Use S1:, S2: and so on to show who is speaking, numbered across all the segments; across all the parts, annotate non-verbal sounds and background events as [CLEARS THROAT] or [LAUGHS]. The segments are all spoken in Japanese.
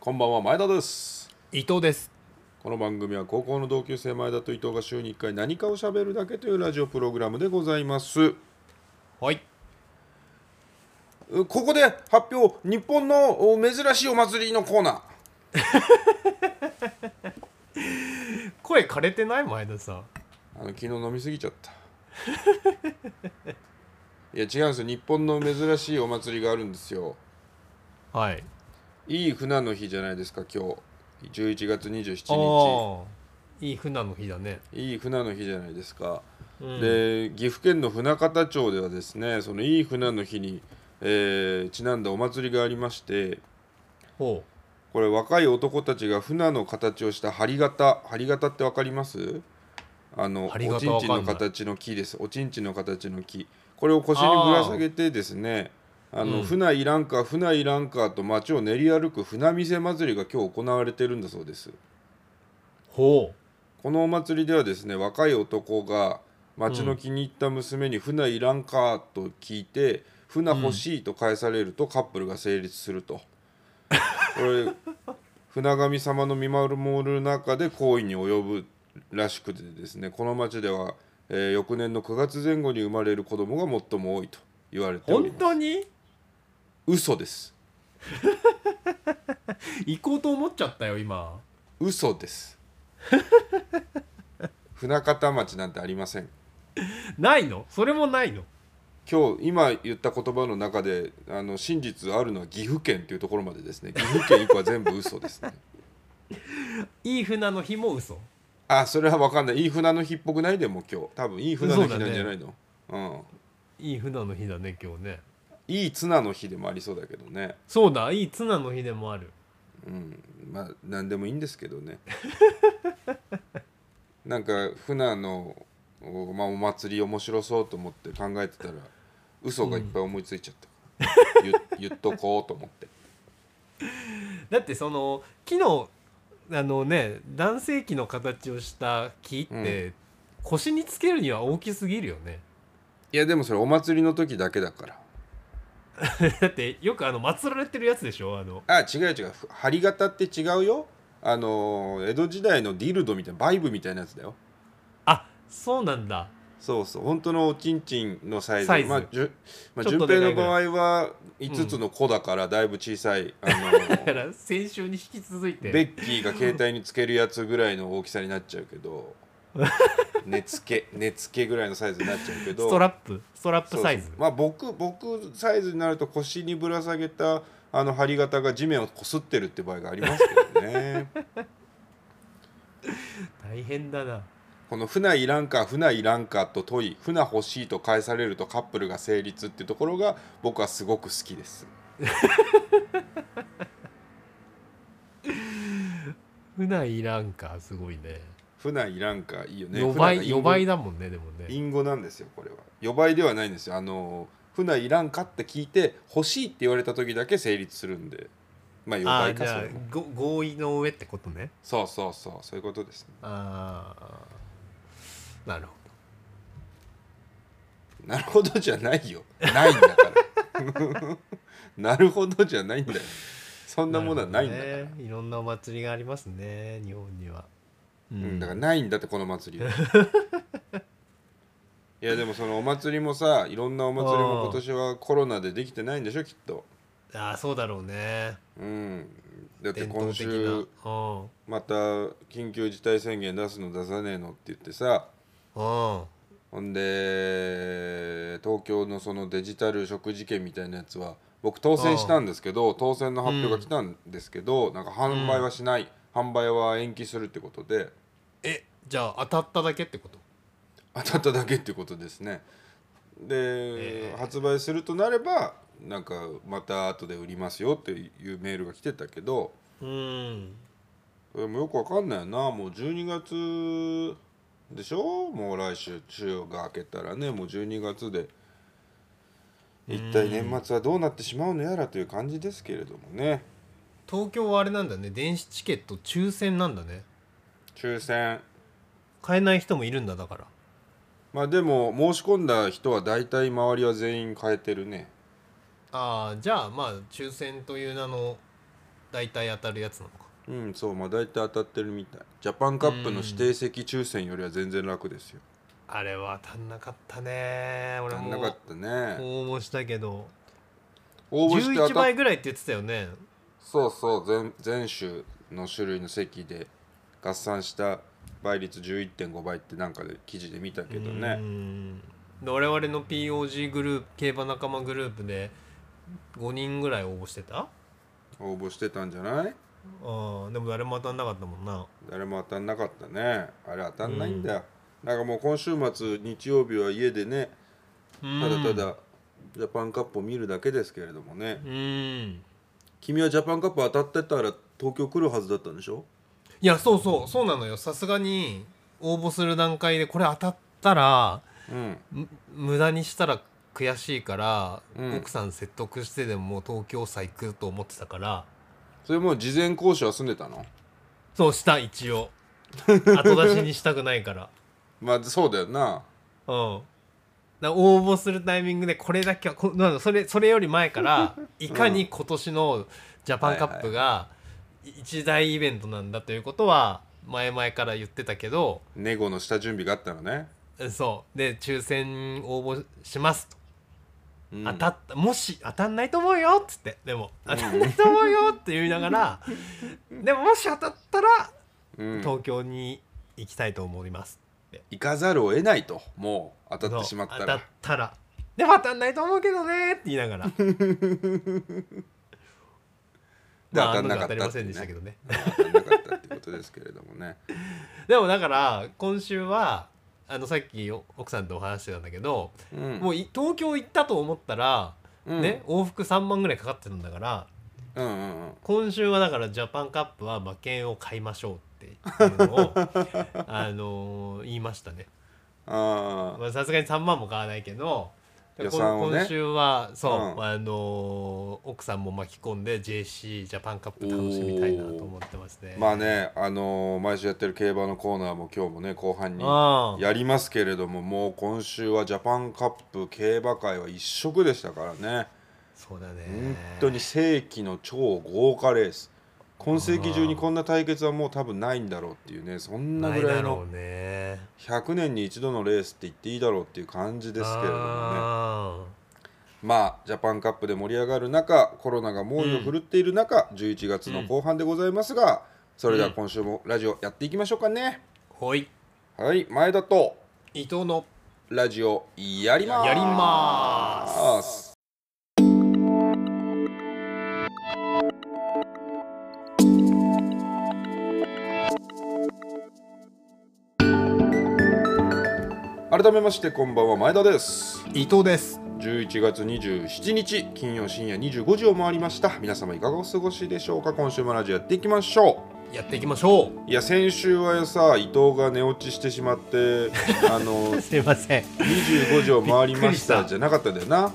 S1: こんばんは前田です
S2: 伊藤です
S1: この番組は高校の同級生前田と伊藤が週に1回何かを喋るだけというラジオプログラムでございます
S2: はい
S1: うここで発表日本のお珍しいお祭りのコーナー
S2: 声枯れてない前田さん
S1: あの昨日飲みすぎちゃったいや違うんですよ日本の珍しいお祭りがあるんですよ
S2: はい
S1: いい船の日じゃないですか今日11月27
S2: あいい船の日だね、
S1: 日いい船の日じゃないですか
S2: うん
S1: で岐阜県の船形町ではですねそのいい船の日に、えーちなんだお祭りがありまして
S2: ほ
S1: これ若い男たちが船の形をした針型針型って分かりますあの
S2: 針型
S1: おちんちん
S2: わ
S1: の
S2: かんない
S1: 形の木ですおちんちんの形の木これを腰にぶら下げてですねあの、
S2: うん
S1: 船いらんか船いらんかと街を練り歩く船見せ祭りが今日行われてるんだそうです
S2: うほ
S1: このお祭りではですね若い男が町の気に入った娘に「船いらんか?」と聞いて「船欲しい」と返されるとカップルが成立する
S2: [LAUGHS]
S1: と、これ船神様の見守る中で行為に及ぶらしくてですねこの町では、えー翌年の9月前後に生まれる子供が最も多いと言われ
S2: う
S1: ており
S2: 本
S1: ます
S2: 当に
S1: 嘘です
S2: 行こうと思っちゃったよ今
S1: 嘘です
S2: [LAUGHS]
S1: 船形町なんてありません
S2: ないのそれもないの
S1: 今日今言った言葉の中であの真実あるのは岐阜県というところまでですね岐阜県以降は全部嘘です [LAUGHS] ね
S2: いい船の日も嘘
S1: あそれは分かんないいい船の日っぽくないでも今日多分いい船の日なんじゃないのう,、
S2: いい船の日だね今日ね
S1: んいい綱の日でもありそうだけどね
S2: そうだいいツナの日でもある
S1: うんまあ何でもいいんですけど [LAUGHS] ねなんか船のお,、まあ、お祭り面白そうと思って考えてたら嘘がいっぱい思いついちゃ [LAUGHS] った、言言っとこうと思って
S2: だってその木のあのね男性器の形をした木って、腰につけるには大きすぎるよね
S1: いやでもそれお祭りの時だけだから
S2: だってよくあの祀られてるやつでしょあの
S1: あ違う違うふ針型って違うよあのー江戸時代のディルドみたいなバイブみたいなやつだよ
S2: あそうなんだ
S1: そうそう本当のおちんちんのサイズ
S2: サイズ
S1: まあ、じゅまあ
S2: ちょっ
S1: 順
S2: と
S1: 平
S2: でか
S1: の
S2: いぐ
S1: 場合
S2: ら
S1: は5つの子だからだいぶ小さい、あの
S2: だか [LAUGHS]
S1: ー
S2: ら先週に引き続いて
S1: ベッキーが携帯につけるやつぐらいの大きさになっちゃうけ
S2: [LAUGHS]
S1: ど寝つけ寝つけぐらいのサイズになっちゃうけど
S2: ストラップストラップサイズ
S1: そうそうまあ僕僕サイズになると腰にぶら下げたあの針型が地面をこすってるって場合がありますけどね。
S2: 大変だな
S1: この船いらんか船いらんかと問い船欲しいと返されるとカップルが成立っていうところが僕はすごく好きです
S2: 船いらんかすごいね
S1: 船いらんかいいよね
S2: 予倍
S1: 船
S2: 予
S1: が
S2: 倍
S1: 隠
S2: だもんねでも
S1: 語
S2: ね
S1: 隠語なんですよこれは予売ではないんですよあの船いらんかって聞いて欲しいって言われた時だけ成立するんでまあ予
S2: あ
S1: 売
S2: ーじ
S1: かそ
S2: ゃあ
S1: れも
S2: ご合意の上ってことね
S1: そうそうそうそういうことですね
S2: ああなるほど
S1: なるほどじゃないよないんだから [LAUGHS] なるほどじゃないんだよそんなものはないんだから、
S2: るほどねいろんなお祭りがありますね日本にはう
S1: うん、だからないんだってこの祭
S2: [LAUGHS]
S1: りはいやでもそのお祭りもさいろんなお祭りも今年はコロナでできてないんでしょきっと
S2: ああそうだろうね
S1: うんだって
S2: 伝統
S1: 今
S2: 的なう
S1: 週
S2: んうん
S1: また緊急事態宣言出すの出さねえのって言ってさほんで東京のそのデジタル食事券みたいなやつは僕当選したんですけど当選の発表が来たんですけど、なんか販売はしない、販売は延期するってことで
S2: えじゃあ当たっただけってこと
S1: 当たっただけっていうことですねで、
S2: え
S1: 発売するとなればなんかまた後で売りますよっていうメールが来てたけど
S2: うん
S1: これもよくわかんないよなもう12月でしょもう来週週が明けたらねもう12月で一体年末はどうなってしまうのやらという感じですけれどもね
S2: 東京はあれなんだね電子チケット抽選なんだね
S1: 抽選
S2: 買えない人もいるんだだから
S1: まあでも申し込んだ人は大体周りは全員変えてるね
S2: ああじゃあまあ抽選という名の大体当たるやつなのか
S1: うんそうまあ大体当たってるみたいジャパンカップの指定席抽選よりは全然楽ですよ
S2: あれは当たんなかったね俺
S1: 足ん
S2: も
S1: なかったね
S2: 応募したけど
S1: 応募して当
S2: 11
S1: たっ
S2: 倍ぐらいって言ってたよね
S1: そうそう全全種の種類の席で合算した倍率11.5倍ってなんかで記事で見たけど
S2: う
S1: ね
S2: んで我々の POG グループ競馬仲間グループで5人ぐらい応募してた
S1: 応募してたんじゃない
S2: あでも誰も当たんなかったもんな
S1: 誰も当たんなかったねあれ当たんないんだよ、なんかもう今週末日曜日は家でねただただジャパンカップを見るだけですけれどもね
S2: うん
S1: 君はジャパンカップ当たってたら東京来るはずだったんでしょ
S2: いやそうそうそうなのよさすがに応募する段階でこれ当たったら
S1: うん
S2: む無駄にしたら悔しいから、
S1: うん
S2: 奥さん説得してでももう東京さ行くと思ってたから
S1: それもう事前交渉は済んでたの
S2: そうした
S1: [LAUGHS]
S2: 一応後出しにしたくないから
S1: まあそうだよな
S2: うんだから応募するタイミングでこれだけはこなんだそれそれより前からいかに今年のジャパンカップが一大イベントなんだということは前々から言ってたけど
S1: ネゴの下準備があったのね、
S2: そうで抽選応募しますと
S1: うん
S2: 当たった、もし当たんないと思うよっつってでも当たんないと思うよって言いながらでももし当たったら
S1: うん
S2: 東京に行きたいと思います、
S1: 行かざるを得ないともう当たってしまった
S2: そう当たっ
S1: ら
S2: たらでも当たんないと思うけどねって言い
S1: [LAUGHS]
S2: ながらまあ
S1: 当た
S2: 案
S1: ん
S2: の
S1: な
S2: 定
S1: か
S2: 当
S1: ったたっていうね
S2: りませんでしたけどね
S1: 当たんなかったってことですけれどもね
S2: でもだから今週はあのさっきお奥さんとお話してたんだけど、
S1: うん
S2: もうい東京行ったと思ったら、
S1: うん
S2: ね往復3万ぐらいかかってるんだから
S1: うんうんうん
S2: 今週はだからジャパンカップは馬券を買いましょうっていうのをあのー言いました
S1: [LAUGHS]
S2: ね
S1: あ
S2: まあさすがに3万も買わないけど
S1: 予算をね
S2: こん今週はそう、
S1: うん
S2: あのー奥さんも巻き込んで JC ジャパンカップ楽しみたいなと思ってますね
S1: あまあねあのー毎週やってる競馬のコーナーも今日もね後半に
S2: あ
S1: やりますけれどももう今週はジャパンカップ競馬界は一色でしたからね
S2: そうだね
S1: 本当に世紀の超豪華レース今世紀中にこんな対決はもう多分ないんだろうっていうねそんな
S2: な
S1: ぐ
S2: い
S1: ら
S2: だ
S1: いの
S2: ろうね
S1: 100年に一度のレースって言っていいだろうっていう感じですけれどもね
S2: あ
S1: まあジャパンカップで盛り上がる中コロナが猛威を振るっている中、11月の後半でございますが、それでは今週もラジオやっていきましょうかね、
S2: ーはい
S1: はい前田と
S2: 伊藤の
S1: ラジオやります
S2: やりま
S1: 改めましてこんばんは前田です
S2: 伊藤です
S1: 11月27日金曜深夜25時を回りました皆様いかがお過ごしでしょうか今週もラジオやっていきましょう
S2: やっていきましょ
S1: いや先週はさ伊藤が寝落ちしてしまってあの
S2: うすいません
S1: 25時を回り
S2: びっ
S1: ま
S2: くり
S1: し
S2: した
S1: たじゃなかったんだよな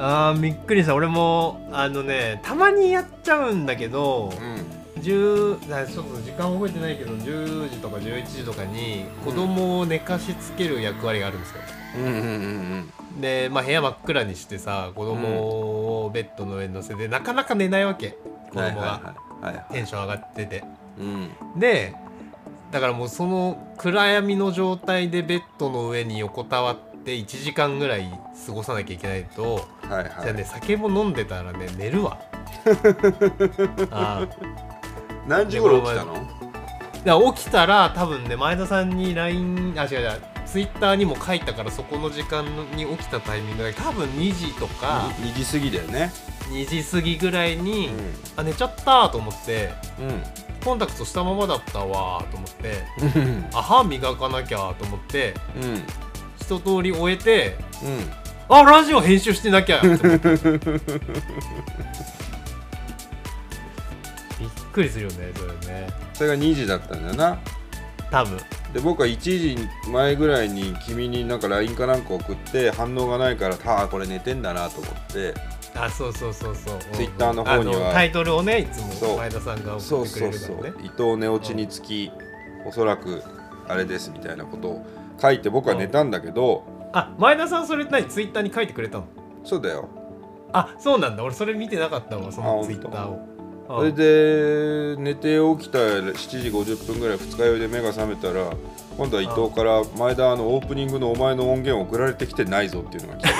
S2: あーびっくりした俺もあのねたまにやっちゃうんだけど
S1: う
S2: 10なちょっと時間覚えてないけど10時とか11時とかに子供を寝かしつける役割があるんですよ
S1: んうんうんうん
S2: で、まあ、部屋真っ暗にしてさ子供をベッドの上に乗せてなかなか寝ないわけ
S1: う
S2: 子
S1: んはい
S2: 供
S1: は
S2: が
S1: いはいはい
S2: テンション上がってて
S1: うん
S2: でだからもうその暗闇の状態でベッドの上に横たわって1時間ぐらい過ごさなきゃいけないと
S1: はいはい
S2: じゃあね酒も飲んでたらね寝るわあー
S1: 何時頃起きたの
S2: だから起きたら多分ね前田さんに LINE あ違う違う Twitter にも書いたからそこの時間に起きたタイミングだけど多分2時とか
S1: 2時過ぎだよね
S2: 2時過ぎぐらいに、
S1: う
S2: あ寝ちゃったと思って
S1: ん
S2: コンタクトしたままだったわと思って
S1: うん
S2: あ歯磨かなきゃと思って
S1: うんうん
S2: 一通り終えてあラジオ編集してなきゃと思って [LAUGHS] びっくりするよねそれね
S1: それが2時だったんだよな
S2: 多分
S1: で僕は1時前ぐらいに君になんか LINE かなんか送って反応がないからああこれ寝てんだなと思って
S2: あそうそうそうそう
S1: Twitter の方には
S2: あのタイトルをねいつ
S1: そ
S2: も
S1: う
S2: 前田さんが
S1: そ
S2: 送
S1: う
S2: ってく
S1: そ
S2: れ
S1: う
S2: る
S1: そう、
S2: からね
S1: 伊藤寝落ちにつき、おそらくあれですみたいなことを書いて僕は寝たんだけど、
S2: あ前田さんそれ何ツイッターに書いてくれたの
S1: そうだよ
S2: あそうなんだ俺それ見てなかったわそ
S1: あ
S2: の
S1: 本当
S2: ツイッターを
S1: それで寝て起きた7時50分ぐらい二日酔いで目が覚めたら今度は伊藤から「前田あのオープニングのお前の音源送られてきてないぞ」っていうのが来て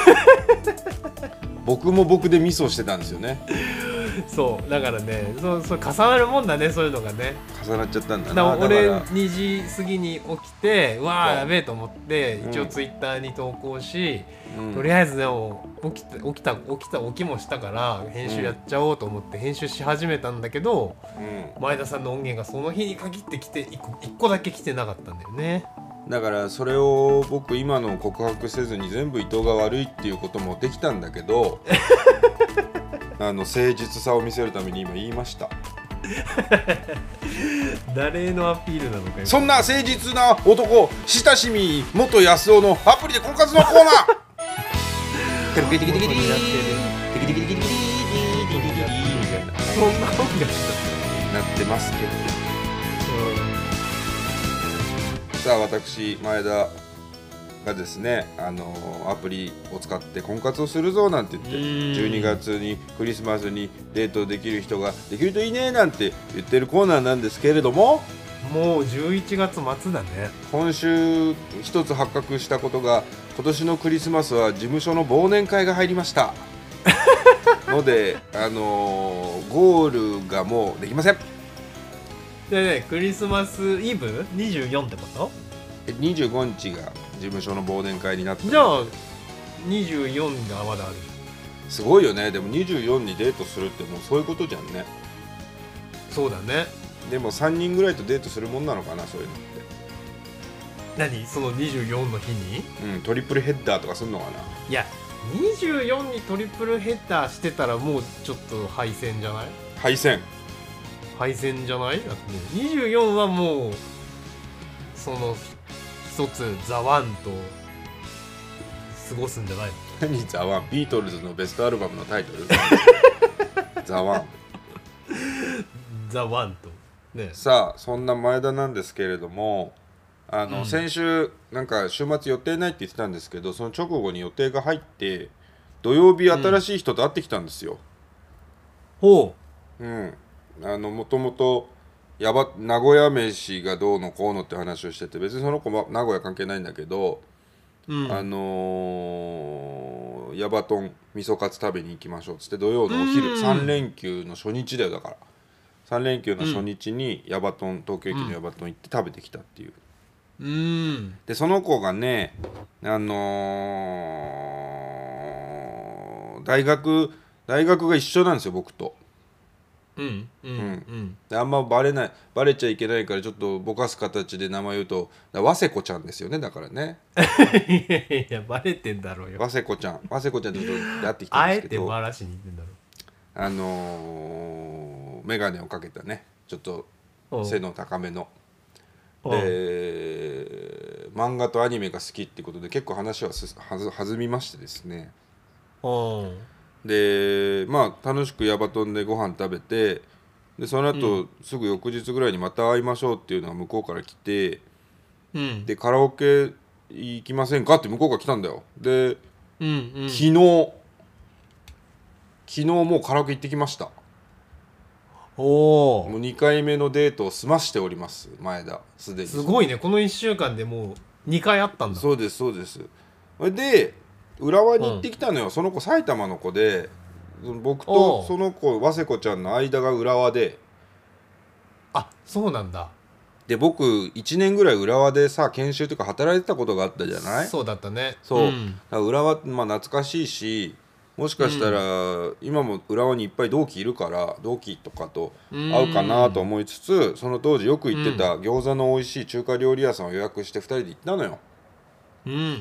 S1: [LAUGHS] 僕も僕でミスをしてたんですよね
S2: そうだからねそうそう重なるもんだねそういうのがね
S1: 重なっちゃったんだ
S2: だ
S1: な
S2: から俺
S1: だから
S2: 2時過ぎに起きてうわ
S1: う
S2: あ
S1: ん
S2: やべえと思って一
S1: う
S2: 応
S1: ん
S2: ツイッターに投稿し、
S1: うん
S2: とりあえずでも起きた起きた起きた起きもしたから編集やっちゃおうと思って編集し始めたんだけど
S1: うん
S2: 前田さんの音源がその日に限って来て1個 ,1 個だけ来てなかったんだよね
S1: だからそれを僕今の告白せずに全部伊藤が悪いっていうこともできたんだけ [LAUGHS] どあの誠実さを見せるために今言いました
S2: 誰のアピールなのかよ
S1: そんな誠実な男親しみ元安男のアプリで婚活のコーナーテレビ的
S2: そんな音楽
S1: なってますけどさあ私前田がですねあのアプリを使って婚活をするぞなんて言って
S2: うん
S1: 12月にクリスマスにデートできる人ができるといいねなんて言ってるコーナーなんですけれども
S2: もう11月末だね
S1: 今週一つ発覚したことが今年のクリスマスは事務所の忘年会が入りました
S2: [LAUGHS]
S1: ので、あのーゴールがもうできません
S2: でねクリスマスイブ24ってこと
S1: え25日が事務所の忘年会になって
S2: じゃあ24がまだある
S1: すごいよねでも24にデートするってもうそういうことじゃんね
S2: そうだね
S1: でも3人ぐらいとデートするもんなのかなそういうのっ
S2: 何その24の日に
S1: てうんトリプルヘッダーとかすんのかない
S2: や24にトリプルヘッダーしてたらもうちょっと敗戦じゃない
S1: 敗戦 [LAUGHS]
S2: 敗戦じゃないだって24はもうその一つザ・ワンと過ごすんじゃないの
S1: 何ザワンビートルズのベストアルバムのタイ
S2: [LAUGHS]
S1: トルザワン
S2: ザ・ワンとね
S1: さあそんな前田なんですけれどもあの、
S2: うん
S1: 先週なんか週末予定ないって言ってたんですけどその直後に予定が入って土曜日新しい人と会ってきたんですよ。
S2: ほ
S1: うん、あのもともとやば名古屋飯がどうのこうのって話をしてて別にその子も名古屋関係ないんだけど、
S2: ううん
S1: あのー、ヤバトン味噌カツ食べに行きましょうっつって土曜のお
S2: う
S1: 昼
S2: ん
S1: 3連休の初日だよだから3連休の初日にヤバトン東京駅のヤバトン行って食べてきたっていう
S2: うん
S1: でその子がねあのー大学大学が一緒なんですよ僕と。
S2: うんうんうん
S1: であんまバレないバレちゃいけないからちょっとぼかす形で名前言うとだわせこちゃんですよねだからね
S2: いやいやバレてんだろうよ
S1: わせこちゃんわせこちゃんとちょっと会ってきたん
S2: あ
S1: で
S2: え
S1: すけ
S2: て
S1: ど
S2: バラしに行ってんだ
S1: あのー、眼鏡をかけたねちょっと
S2: ろう
S1: 背の高めの
S2: うん
S1: で漫画とアニメが好きってことで結構話はすはず弾みましてですね
S2: うん
S1: でまあ楽しくヤバトンでご飯食べてでその後、すぐ翌日ぐらいにまた会いましょうっていうのが向こうから来て
S2: うん
S1: でカラオケ行きませんかって向こうが来たんだよで
S2: うんう
S1: 昨
S2: ん
S1: 日昨日もうカラオケ行ってきました
S2: お
S1: も
S2: お
S1: う2回目のデートを済ましております前田すでに
S2: すごいねこの1週間でもう2回あったんだ
S1: そうですそうですそれで浦和に行ってきたのよ、その子埼玉の子でその僕
S2: お
S1: と
S2: う
S1: その子早瀬子ちゃんの間が浦和で
S2: あそうなんだ
S1: で僕1年ぐらい浦和でさ研修というか働いてたことがあったじゃない
S2: そうだったね
S1: そう、
S2: ん
S1: だから浦和まあ懐かしいしもしかしたら、今も浦和にいっぱい同期いるから同期とかと合うかなと思いつつ、その当時よく行ってた餃子の美味しい中華料理屋さんを予約して2人で行ったのよ
S2: うん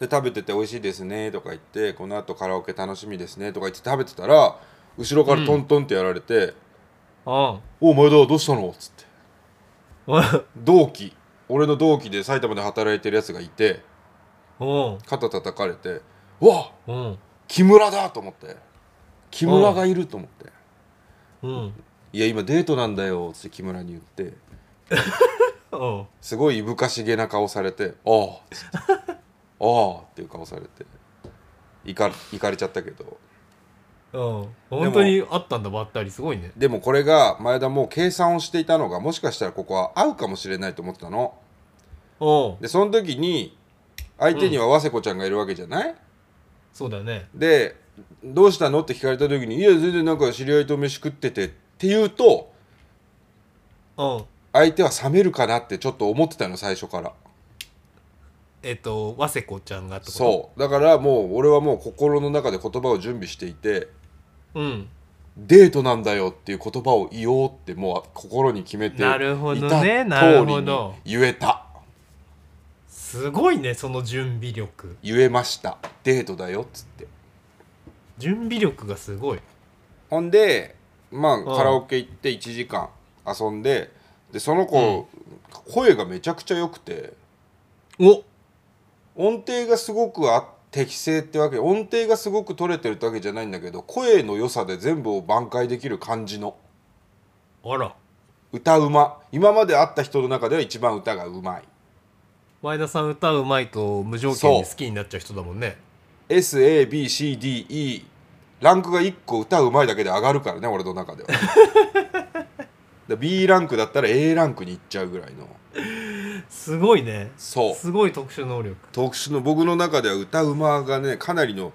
S1: で食べてて美味しいですねとか言ってこのあとカラオケ楽しみですねとか言って食べてたら後ろからトントンってやられて
S2: あ
S1: 「おお前だどうしたの?」っつって
S2: あ
S1: 同期俺の同期で埼玉で働いてるやつがいて
S2: うん
S1: 肩叩かれて「うわっ
S2: うん
S1: 木村だ!」と思って木村がいると思って
S2: うん
S1: 「いや今デートなんだよ」って木村に言って
S2: うん
S1: すごいいぶかしげな顔されて「ああ」っつって「ああ」っていう顔されていかれちゃったけど
S2: うん本当にあったんだばったりすごいね
S1: でもこれが前田もう計算をしていたのがもしかしたらここは合うかもしれないと思ってたの
S2: お
S1: でその時に相手には和瀬子ちゃんがいるわけじゃない、
S2: そうだね
S1: で「どうしたの?」って聞かれた時に「いや全然なんか知り合いと飯食ってて」って言うと
S2: うん
S1: 相手は冷めるかなってちょっと思ってたの最初から
S2: えっと和瀬子ちゃんがってこと
S1: そうだからもう俺はもう心の中で言葉を準備していて
S2: ううん
S1: 「デートなんだよ」っていう言葉を言おうってもう心に決めていた
S2: な
S1: 通
S2: るほどね
S1: りに
S2: なるほど
S1: 言えた
S2: すごいねその準備力
S1: 言えましたデートだよっつって
S2: 準備力がすごい
S1: ほんでまあ
S2: ん
S1: カラオケ行って1時間遊んででその子、声がめちゃくちゃ良くて
S2: お
S1: 音程がすごくあ適正ってわけ音程がすごく取れてるってわけじゃないんだけど声の良さで全部を挽回できる感じの
S2: あら
S1: 歌うま今まで会った人の中では一番歌がうまい
S2: 前田さん歌うまいと無条件で好きになっちゃう人だもんね
S1: SABCDE ランクが1個歌うまいだけで上がるからね俺の中ではで B ランクだったら A ランクに行っちゃうぐらいの
S2: すごいね
S1: そう
S2: すごい特殊能力
S1: 特殊の僕の中では歌うまがねかなりの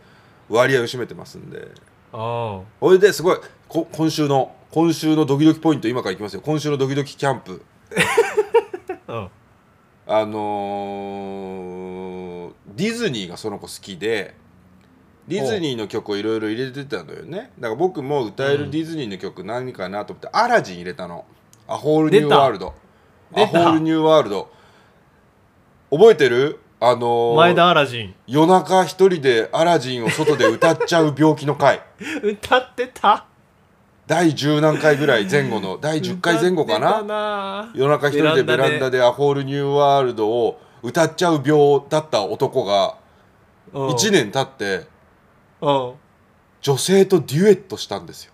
S1: 割合を占めてますんで
S2: ああ
S1: それですごいこ今週の今週のドキドキポイント今からいきますよ今週のドキドキキャンプ
S2: うん
S1: あのーディズニーがその子好きでディズニーの曲をいろいろ入れてたのよねだから僕も歌え
S2: う
S1: る
S2: ん
S1: ディズニーの曲何かなと思って「アラジン」入れたの「アホールニューワールド」「
S2: 出
S1: アホ
S2: た
S1: ールニューワールド」覚えてるあのー
S2: 前田アラジン
S1: 夜中一人でアラジンを外で歌っちゃう病気の
S2: [LAUGHS]
S1: 回
S2: 歌ってた
S1: 第十何回ぐらい前後の第10回前後か
S2: 歌ってた
S1: な
S2: な
S1: 夜中一人でベランダでアホールニューワールドを歌っちゃう病だった男が
S2: うん
S1: 1年経って
S2: うん
S1: 女性とデュエットしたんですよ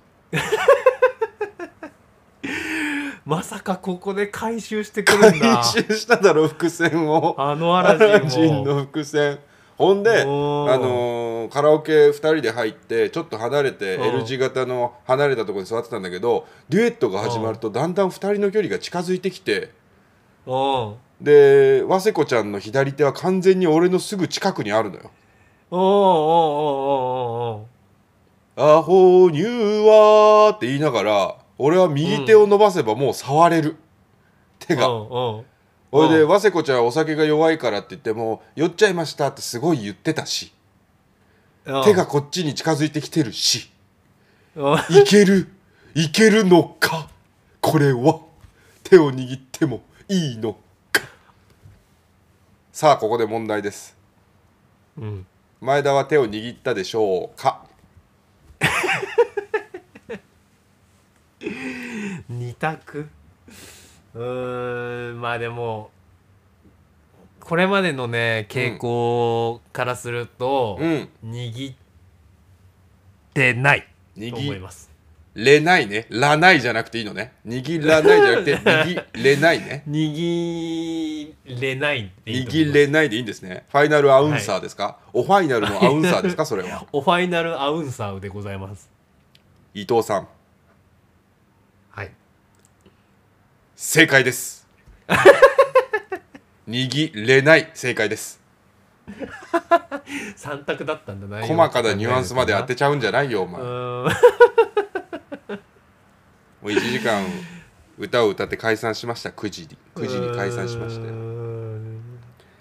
S2: まさかここで回収してくるん
S1: [LAUGHS]
S2: だ
S1: 回収しただろ伏線を
S2: あのア
S1: アラ
S2: ラジ
S1: ジ
S2: ン
S1: ン
S2: も
S1: の伏線ほんであ
S2: おー
S1: のーカラオケ2人で入ってちょっと離れて
S2: うん
S1: L 字型の離れたところに座ってたんだけどデュエットが始まるとだんだん2人の距離が近づいてきて
S2: うん
S1: で和瀬子ちゃんの左手は完全に俺のすぐ近くにあるのよ
S2: おーおーおーおーおーお
S1: 「アホニューワー」って言いながら俺は右手を伸ばせばもう触れる、手が
S2: ーうんうん
S1: ほいで
S2: うん
S1: 和瀬子ちゃんはお酒が弱いからって言ってもう酔っちゃいましたってすごい言ってたし
S2: うん
S1: 手がこっちに近づいてきてるし
S2: うん
S1: いけるいけるのかこれは手を握ってもいいのかさあここで問題です
S2: うん
S1: 前田は手を握ったでしょうか
S2: 二択うーんまあでもこれまでのね傾向からすると、
S1: うん
S2: 握ってないと思い
S1: 握
S2: ます
S1: れないねらないじゃなくていいのね握らないじゃなくて握れないね
S2: 握れないっていいと思い
S1: 握
S2: ます
S1: れないでいいんですねファイナルアウンサーですか、おファイナルのアウンサーですかそれは
S2: おファイナルアウンサーでございます
S1: 伊藤さん
S2: はい
S1: 正解です握れない正解です
S2: 三択だったんだな
S1: 細かなニュアンスまで当て
S2: ち
S1: ちゃうんじゃないよお前
S2: [LAUGHS] う
S1: も
S2: ーん
S1: う1時間歌を歌って解散しました9時に9時に解散しました
S2: うー
S1: よ
S2: ん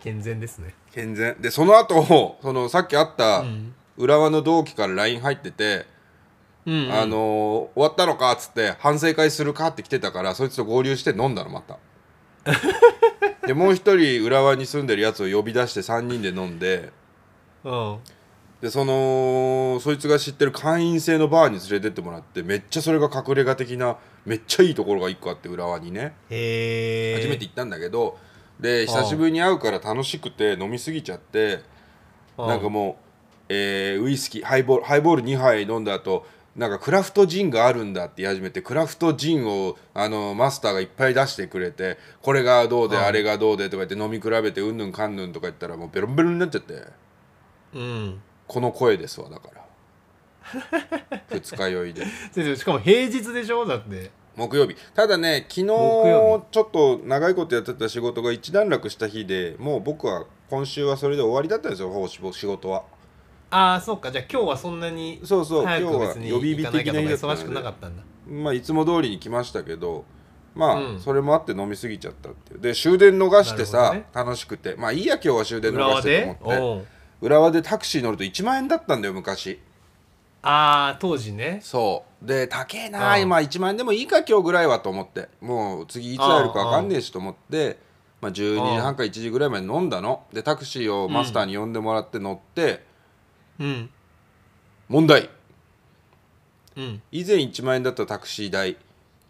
S2: 健全ですね
S1: 健全でその後そのさっきあった
S2: うん
S1: 浦和の同期から LINE 入ってて、
S2: うんうん
S1: あのー終わったのか?」っつって「反省会するか?」って来てたからそいつと合流して飲んだのまた
S2: [LAUGHS]
S1: でもう一人浦和に住んでるやつを呼び出して3人で飲んで
S2: うん
S1: でそのそいつが知ってる会員制のバーに連れてってもらってめっちゃそれが隠れ家的なめっちゃいいところが1個あって浦和にね
S2: へえ
S1: 初めて行ったんだけどで
S2: ああ
S1: 久しぶりに会うから楽しくて飲みすぎちゃってなんか
S2: う
S1: もう、えーウイスキーハイボールハイボール2杯飲んだ後なんかクラフトジンがあるんだって言い始めてクラフトジンをあのマスターがいっぱい出してくれてこれがどうで
S2: はい
S1: あれがどうでとか言って飲み比べてうんぬんかんぬんとか言ったらもうベロンベロンになっちゃって
S2: うん
S1: この声ですわだから
S2: [LAUGHS]
S1: 二日酔いで
S2: 先生しかも平日でしょだって
S1: 木曜日ただね昨日ちょ
S2: 曜
S1: っと長いことやってた仕事が一段落した日でもう僕は今週はそれで終わりだったんですよほぼ仕事は
S2: ああそうかじゃあ今日はそんなに
S1: そうそう今日
S2: 早く
S1: は
S2: 別に
S1: 予備
S2: 行
S1: 日
S2: かな
S1: 的
S2: きゃ
S1: な
S2: と
S1: 日
S2: か
S1: だった
S2: 忙しくな
S1: の
S2: か
S1: で
S2: ったんだ
S1: まあいつも通りに来ましたけどまあ、
S2: うん
S1: それもあって飲み過ぎちゃったっていうで終電逃してさ、
S2: なるほ
S1: 楽しくてまあいいや今日は終電
S2: 浦
S1: 逃
S2: 和
S1: して
S2: で
S1: と思って
S2: おう
S1: 浦和でタクシー乗ると1万円だったんだよ昔
S2: ああ当時ね
S1: そうで高えな、
S2: うん
S1: 今1万円でもいいか今日ぐらいはと思ってもう次いつ会えるか分かんねえしと思って、まあ、12時半か1時ぐらいまで飲んだのでタクシーをマスターに呼んでもらって乗って、
S2: うん
S1: 問題
S2: うん
S1: 以前1万円だったタクシー代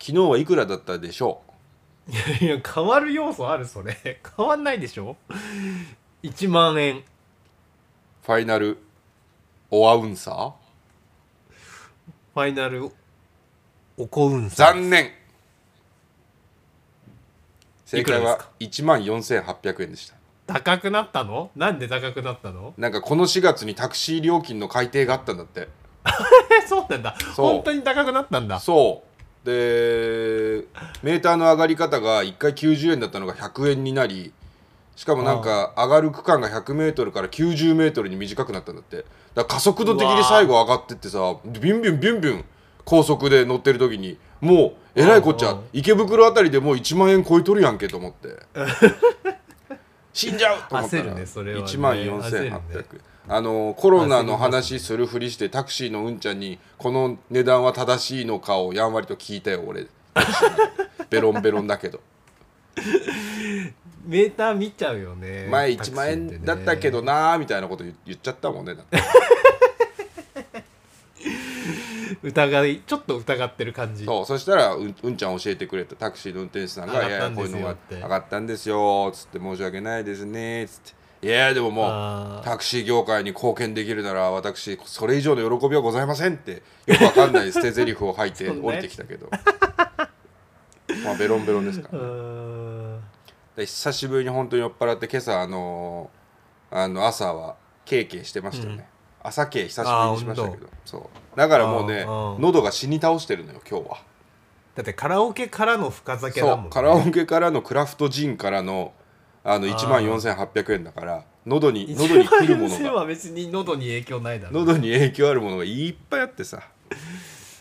S1: 昨日はいくらだったでしょう
S2: いやいや変わる要素あるそれ [LAUGHS] 変わんないでしょ1万円
S1: ファイナルおアウンサー
S2: ファイナルおこうんさん
S1: 残念正解
S2: いくらで
S1: は
S2: すか
S1: 1万4800円でした
S2: 高くなったのなんで高くなったの
S1: なんかこの4月にタクシー料金の改定があったんだって
S2: えそうなんだ
S1: そう
S2: 本当に高くなったんだ
S1: そうでメーターの上がり方が1回90円だったのが100円になりしかもなんか上がる区間が 100m から 90m に短くなったんだってだから加速度的に最後上がってってさビュンビュンビュンビュン高速で乗ってる時にもうえらいこっち
S2: うん
S1: ゃ
S2: うん
S1: 池袋あたりでもう1万円超えとるやんけと思って
S2: [LAUGHS]
S1: 死んじゃうと思ったら
S2: 焦るねそれはね
S1: 1万4800円
S2: 焦るね
S1: あのコロナの話するふりしてタクシーのうんちゃんにこの値段は正しいのかをやんわりと聞いたよ俺ベロンベロンだけど
S2: メーター見ちゃうよね
S1: 前1万
S2: タクシーて
S1: 円
S2: ね
S1: だったけどなーみたいなこと言言っちゃったもんねだって
S2: 疑いちょっと疑ってる感じ
S1: そうそしたらうんうんちゃん教えてくれたタクシーの運転手さんが「
S2: 上
S1: い
S2: が
S1: やいや
S2: ったん
S1: こういう
S2: ですよ
S1: のが
S2: って
S1: 上がったんですよ」つって「申し訳ないですね」つって「いやでももう
S2: あー
S1: タクシー業界に貢献できるなら私それ以上の喜びはございませんってよくわかんない捨て台詞を吐いて
S2: [LAUGHS] そんなや
S1: 降
S2: つ
S1: りてきたけど [LAUGHS] まあベロンベロンですか
S2: う
S1: ら、
S2: [LAUGHS] ーん
S1: で久しぶりに本当に酔っ払って今朝あのーあの朝はケーケーしてましたよね、朝ケー久しぶりにしましたけどそうだからもうね
S2: あーあー
S1: 喉が死に倒してるのよ今日は
S2: だってカラオケからの深酒だ
S1: そ
S2: もん、
S1: うカラオケからのクラフトジンからのあの1万4800円だから喉に喉に来るもの
S2: 1万4000
S1: が
S2: は別に喉に影響ないだろう、
S1: 喉に影響あるものがいっぱいあってさ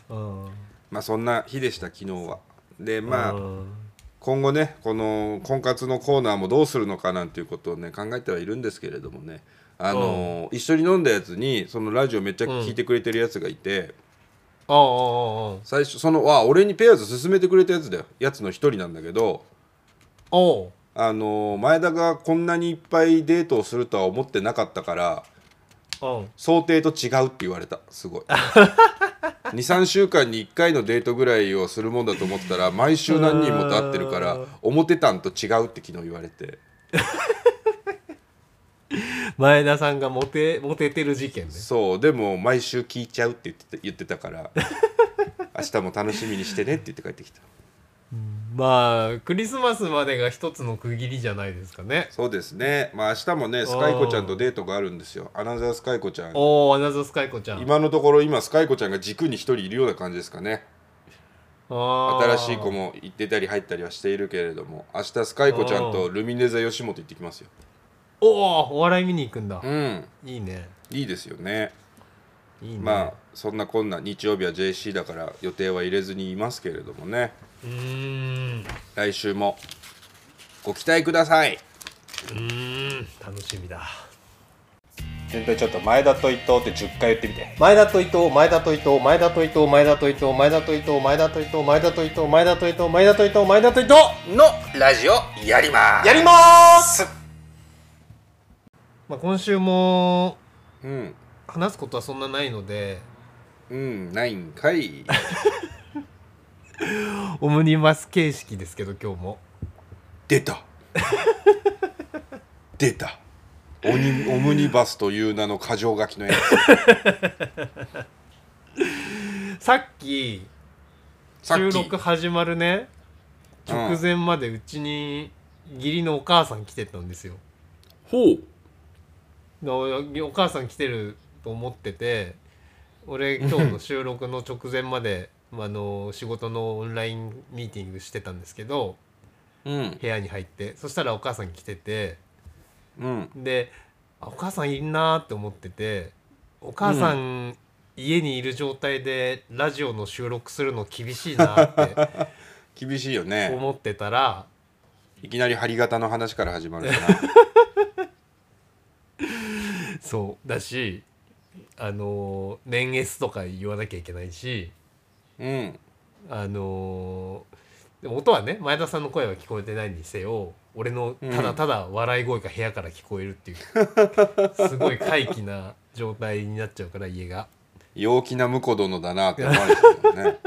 S2: うん、
S1: まあそんな日でした昨日はでまあ、
S2: うん
S1: 今後ねこの婚活のコーナーもどうするのかなんていうことをね考えてはいるんですけれどもねあのー一緒に飲んだやつにそのラジオめっちゃ聞いてくれてるやつがいて、
S2: おうおうおう
S1: 最初そのわ俺にペアーズ勧めてくれたやつだよやつの一人なんだけど
S2: おう
S1: あのー前田がこんなにいっぱいデートをするとは思ってなかったから
S2: おう
S1: 想定と違うって言われたす [LAUGHS] ごい23週間に1回のデートぐらいをするもんだと思ったら毎週何人もと会ってるから思ってたんと違うって昨日言われて。
S2: 前田さんがモテモテてる事件ね
S1: そうでも毎週聞いちゃうって言ってた言ってたから [LAUGHS] 明日も楽しみにしてねって言って帰ってきた
S2: まあクリスマスまでが一つの区切りじゃないですかね
S1: そうですねまあ明日もねスカイコちゃんとデートがあるんですよアナザースカイコちゃん
S2: おおアナザースカイコちゃん
S1: 今のところ今スカイコちゃんが軸に一人いるような感じですかね新
S2: 新
S1: しい子も行ってたり入ったりはしているけれども明日スカイコちゃんとルミネ座吉本行ってきますよ
S2: おおお笑い見に行くんだ
S1: うん
S2: いいね
S1: いいですよね
S2: いいね
S1: まあそんなこんな日曜日は JC だから予定は入れずにいますけれどもね
S2: うーんう
S1: 来週もご期待ください
S2: ーん楽しみだ
S1: 全体ちょっと前田と伊藤って10回言ってみて
S2: 前田と伊藤前田と伊藤前田と伊藤前田と伊藤前田と伊藤前田と伊藤前田と伊藤前田と伊藤前田と伊藤前田と伊藤
S1: のラジオやります
S2: やりまーすまあ今週も
S1: うん
S2: 話すことはそんなないので
S1: うんないんかい
S2: オムニバス形式ですけど今日も
S1: 出た出たオニオムニバスという名の箇条書きのやつ
S2: さっき
S1: さっ
S2: 収
S1: き
S2: 録始まるね
S1: うん
S2: 直前までうちに義理のお母さん来てたんですよ
S1: ほう
S2: でおお母さん来てると思ってて俺今日の収録の直前まで [LAUGHS] まああの仕事のオンラインミーティングしてたんですけど
S1: うん
S2: 部屋に入ってそしたらお母さん来てて
S1: うん
S2: であお母さんいんなーって思っててお母さん、家にいる状態でラジオの収録するの厳しいなーっ
S1: 厳しいよ
S2: [LAUGHS] て
S1: ね
S2: 思ってたら
S1: いきなり針型の話から始まるか
S2: [LAUGHS] そうだしあのー年月とか言わなきゃいけないし
S1: らうん
S2: あのーでも音はね前田さんの声は聞こえてないにせよ俺のただただ笑い声が部屋から聞こえる [LAUGHS] っていう、すごい怪奇な状態になっちゃうから家が
S1: 陽気な婿殿だなって思われてるもんね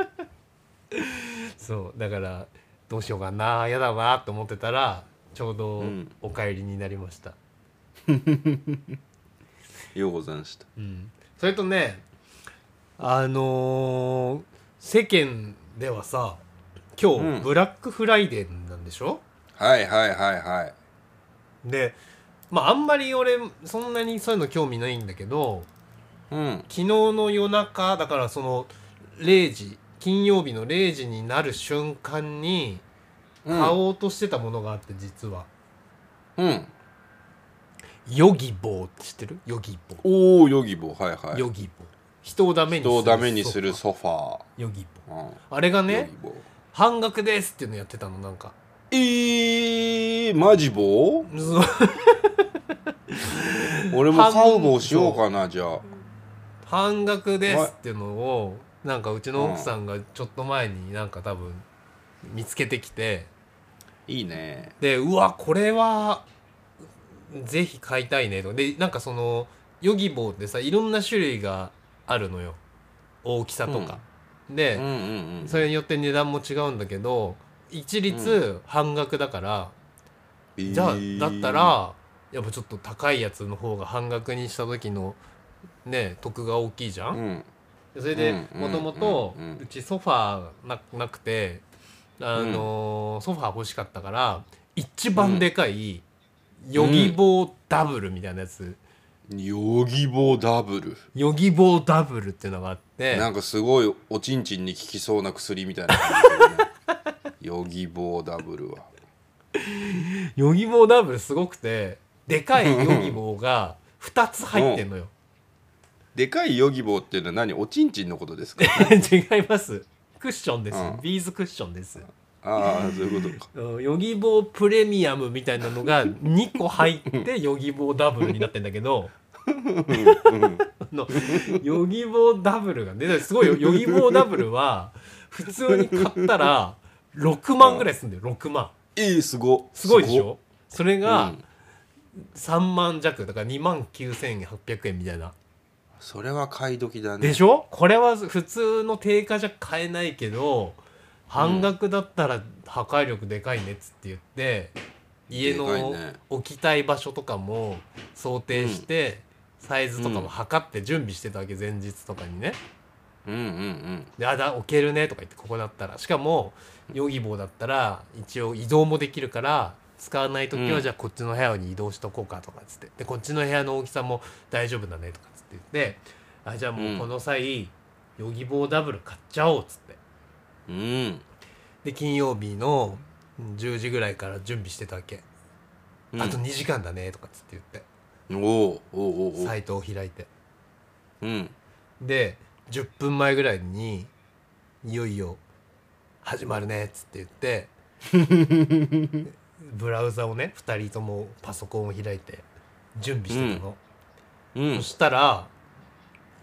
S2: そうだからどうしようかなやだなと思ってたらちょうど
S1: うん
S2: お帰りになりました、
S1: [LAUGHS] ようござんした
S2: うんそれとねあのー世間ではさ今日、
S1: うん
S2: ブラックフライデーなんでしょ
S1: はいはいはいはい
S2: でまああんまり俺そんなにそういうの興味ないんだけど
S1: うん
S2: 昨日の夜中だからその0時金曜日の0時になる瞬間に
S1: う
S2: 買
S1: ん
S2: おうとしてたものがあって実は、
S1: うん
S2: ヨギボーって知ってるヨギボ
S1: おおヨギボーはい
S2: ー、
S1: はい
S2: ヨギボー人をダメに
S1: 人をダメにするソ
S2: ソ
S1: ファ
S2: ファヨギボー
S1: ー、うん
S2: あれが
S1: ヨ
S2: ね
S1: ギボー
S2: 半額ですっていうのやってたのなんか
S1: えー、マジボー
S2: そう
S1: 俺も買う棒しようかなじゃあ
S2: 半額ですっていうのをなんかうちの奥さんがちょっと前になんか多分見つけてきて、
S1: いいね
S2: でうわこれはぜひ買いたいねとでなんかそのヨギボーってさいろんな種類があるのよ大きさ
S1: う
S2: とか、
S1: んう
S2: で、
S1: んうん
S2: それによって値段も違うんだけど一律半額だから、
S1: えー
S2: じゃあだったらやっぱちょっと高いやつの方が半額にした時のね得が大きいじゃ、
S1: うんん
S2: それで
S1: うん
S2: もともと
S1: うんうん
S2: うちソファーななくてあのーソファー欲しかったから一番でかいヨギボーダブルみたいなやつ
S1: ヨギボーダブル
S2: ヨギボーダブルっていうのがあって
S1: なんかすごいおちんちんに効きそうな薬みたいな感じだよねヨ
S2: [LAUGHS]
S1: ギボーダブルは
S2: ヨギボーダブルすごくてでかいヨギボーが2つ入ってんのよ
S1: でかいヨギボーっていうのは何おちんちんのこと
S2: [LAUGHS]
S1: ですか
S2: [LAUGHS] 違いますクッションです
S1: うん
S2: ビーズクッションです
S1: ああそういうことか
S2: うんヨギボープレミアムみたいなのが2個入ってヨギボーダブルになってんだけどあのヨギボーダブルがねだからすごいよヨギボーダブルは普通に買ったら6万ぐらいすんだよ6万
S1: えー、すご
S2: すごいでし
S1: ご
S2: ょそれ
S1: う
S2: が
S1: ん
S2: 3万弱だから2万9800円みたいな
S1: それは買い時だね
S2: でしょこれは普通の定価じゃ買えないけど半額だったら破壊力でかいねっつって言って家
S1: でかい
S2: の
S1: ね
S2: 置きたい場所とかも想定してサイズとかも測って準備してたわけ前日とかにね
S1: うんうんうん
S2: であだ置けるねとか言ってここだったらしかもヨギボーだったら一応移動もできるから使わない時
S1: う
S2: は
S1: ん
S2: じゃあこっちの部屋に移動しとこうかとかっつってでこっちの部屋の大きさも大丈夫だねとかっつって言ってあじゃあもうこの際ヨギボーダブル買っちゃおうっつって
S1: うん
S2: で金曜日のうん10時ぐらいから準備してたわけ
S1: うん
S2: あと2時間だねとかっつって言って
S1: おおうおうおうお
S2: サ
S1: う
S2: イトを開いて
S1: うん
S2: で10分前ぐらいにいよいよ始まるねっつって言って
S1: [LAUGHS]
S2: ブラウザをね2人ともパソコンを開いて準備してた
S1: う
S2: の、
S1: ん
S2: そしたら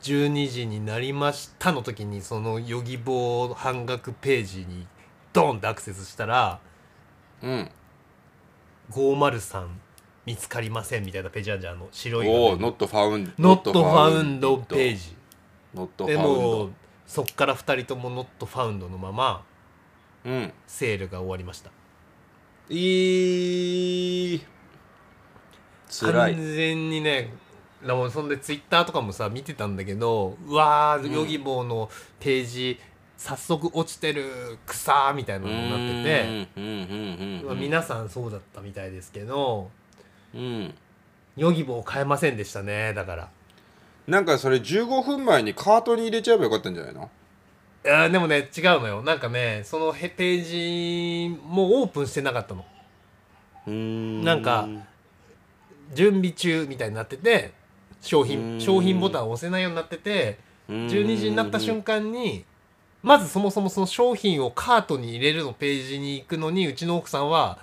S2: 12時になりましたの時にそのヨギボー半額ページにドンってアクセスしたら
S1: うん
S2: 503見つかりませんみたいなページあるじゃんあの白い
S1: おおノットファウン
S2: ノットファウンドページ
S1: ノットファ
S2: で
S1: ウン
S2: も
S1: ド
S2: うそっから2人ともノットファウンドのまま
S1: うん
S2: セールが終わりました
S1: いいつら
S2: 完
S1: い
S2: 全にねだもうそんでツイッターとかもさ見てたんだけどうわー、
S1: うん
S2: ヨギボーのページ早速落ちてる草ーみたいなのになってて
S1: うんうん
S2: ま
S1: う
S2: あ
S1: ん
S2: 皆さんそうだったみたいですけど
S1: うん
S2: ヨギボー買えませんでしたねだから
S1: なんかそれ15分前にカートに入れちゃえばよかったんじゃないの
S2: あーでもね違うのよなんかねそのへページもオープンしてなかったの
S1: うん
S2: なんか準備中みたいになってて商
S1: う
S2: 品
S1: ん
S2: 商品ボタンを押せないようになってて12
S1: 12
S2: 時になった瞬間にまずそもそもその商品をカートに入れるのページに行くのにうちの奥さんは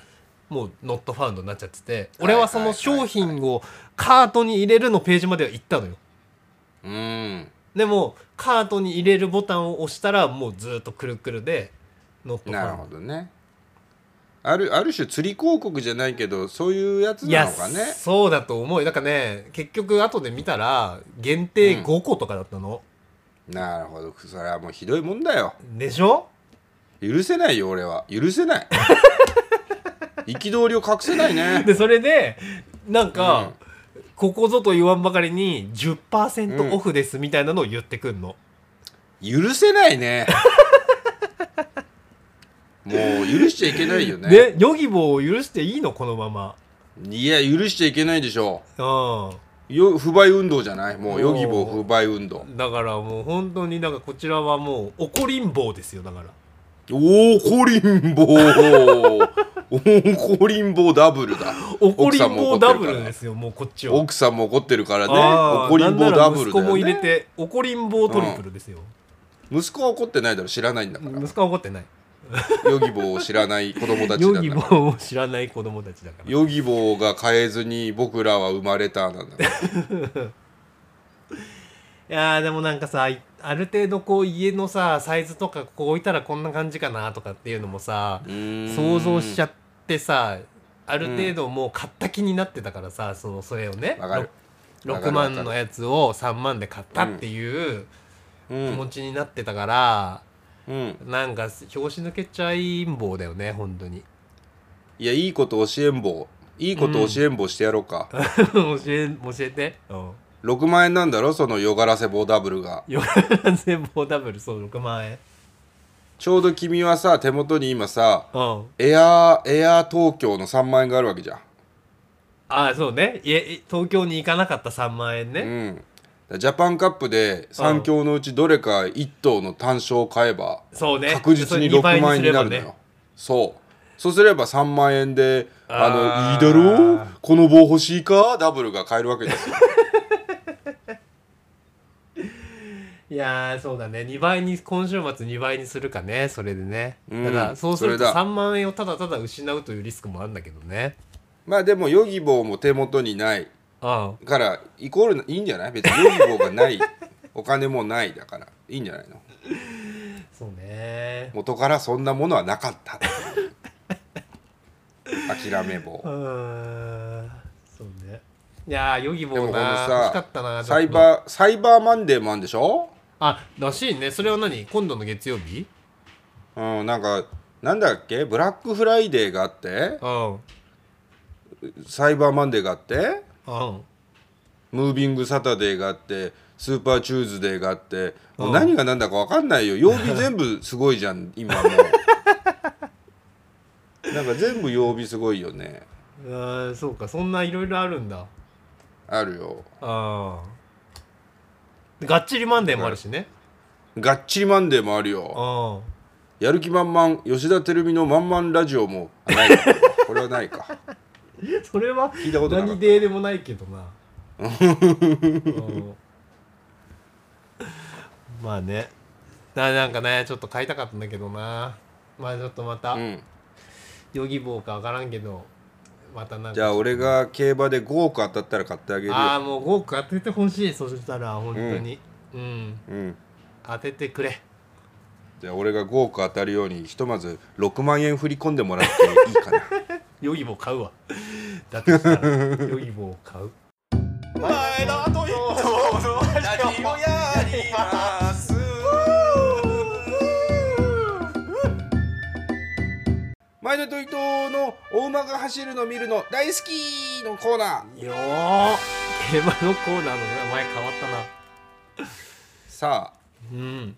S2: もうノットファウンドになっちゃってて俺はその商品をカートに入れるのページまでは行ったのよ
S1: うん
S2: でもカートに入れるボタンを押したらもうずっとくるくるでノットフ
S1: な
S2: ァ
S1: る
S2: ウン
S1: ほどねあるある種釣り広告じゃないけどそういうやつ
S2: ドい
S1: な
S2: や
S1: のかね
S2: そうだと思うなんかね結局後で見たら限定5個とかだったの、
S1: なるほどそれはもうひどいもんだよ
S2: でしょ
S1: 許せないよ俺は許せ
S2: [LAUGHS]
S1: ない憤りを隠せないね
S2: でそれでなんか、
S1: うん
S2: ここぞと言わんばかりに
S1: うん
S2: 10%オフですみたいなのを言ってくんの、
S1: 許せない
S2: [LAUGHS]
S1: ねもう許しちゃいけないよね
S2: でヨギボーを許していいのこのまま
S1: いや許しちゃいけないでしょ
S2: う
S1: よ不買運動じゃないもうヨギボ
S2: お
S1: ー
S2: ー
S1: 不買運動
S2: んだからもう本当になんかこちらはもう怒りんぼうですよだから
S1: おおコリンボ
S2: [LAUGHS]
S1: ーおーコリンボーダブルだ
S2: 怒りんぼうダ
S1: 奥さんも
S2: ブ
S1: 怒ってるか
S2: ル
S1: ら
S2: ですよもうこっちは
S1: 奥さんも怒ってるからね
S2: あー
S1: 怒りんぼうダブルだ
S2: なんなら息子も
S1: よ、
S2: 入れ
S1: ね、
S2: て怒りんぼうトリプルですよ、
S1: 息子は怒ってないだろ知らないんだ
S2: [LAUGHS]
S1: から
S2: 息子は怒ってない
S1: ヨギボーを知らない子供たち
S2: ヨ
S1: だ
S2: ギ
S1: か
S2: ボ
S1: ら
S2: ーを知らない子供たちだから
S1: ヨギボーが変えずに僕らは生まれたなんだから
S2: いやーでもなんかさいある程度こう家のさサイズとかここ置いたらこんな感じかなとかっていうのもさ [LAUGHS] 想像しちゃってさある程度もう買った気になってたからさそのそれをね
S1: わかるわかる
S2: 6
S1: わかる
S2: 万のやつを3万で買ったっていう
S1: う
S2: 気持
S1: ん、
S2: ちになってたから、
S1: うん、
S2: なんか拍子抜けちゃいん坊だよね本当に [LAUGHS]
S1: いやいいこと教えんぼいいこと教えんぼしてやろう
S2: [LAUGHS]
S1: か、
S2: 教え教えてうん
S1: 6万円なんだろそのよがらせ棒ダブルが
S2: よか全部ダブルそう6万円
S1: ちょうど君はさ手元に今さ
S2: うん
S1: エアーエアー東京の3万円があるわけじゃん
S2: ああそうねいえ東京に行かなかった3万円ね、
S1: うん、ジャパンカップで3強のうちどれか1頭の単勝を買えば
S2: そうね
S1: 確実に
S2: それ
S1: 6万円になるのよ、そうそうすれば3万円で「あのいいだろうこの棒欲しいか?」ダブルが買えるわけですよ
S2: いやーそうだね2倍に今週末2倍にするかねそれでね、
S1: うん
S2: だからそうする
S1: そ
S2: と
S1: れだ
S2: 3万円をただただ失うというリスクもあるんだけどね
S1: まあでもヨギ棒も手元にない
S2: うん
S1: からイコールいいんじゃない別にヨギ棒がないお金もないだからいいんじゃないの
S2: そうね
S1: 元からそんなものはなかった [LAUGHS] 諦め棒
S2: うーんそうねいやーヨギボー
S1: でもこ
S2: な
S1: のさ
S2: 欲しかったな
S1: サイ
S2: ー
S1: バーサイバーマンデーもあるんでしょ
S2: あらしいねそれは何今度の月曜日
S1: うん、なんかなんだっけブラックフライデーがあって
S2: うんうん
S1: サイバーマンデーがあってムービングサタデーがあってスーパーチューズデーがあってもう何が何だか分かんないよ曜日全部すごいじゃん今もうなんか全部曜日すごいよね
S2: うーんそうかそんないろいろあるんだ
S1: あるよ
S2: ああがっちりマンデーもあるしね
S1: がっちりマンデーもあるよ
S2: うん
S1: やる気満々吉田照美の「まんまんラジオも」あないかこれはないか
S2: それは
S1: 聞いたことなかった
S2: 何ででもないけ
S1: [LAUGHS]
S2: どなうんまあねななんかねちょっと買いたかったんだけどなまあちょっとまた、
S1: うん
S2: ヨギボーかわからんけどまたなんか
S1: じゃあ俺が競馬で5億当たったら買ってあげるよ
S2: ああもう5億当ててほしいそしたら本当にうん、
S1: うん
S2: 当ててくれ
S1: じゃあ俺が5億当たるようにひとまず6万円振り込んでもらっていいかな
S2: ヨギボー買うわだってし
S1: [LAUGHS]
S2: たらヨギボー買う
S3: 前田と伊藤のラジオやります
S1: 前田と伊藤のお馬が走るの見るの大好きのコーナー
S2: よー競馬のコーナーの名前変わったな
S1: さあ
S2: うん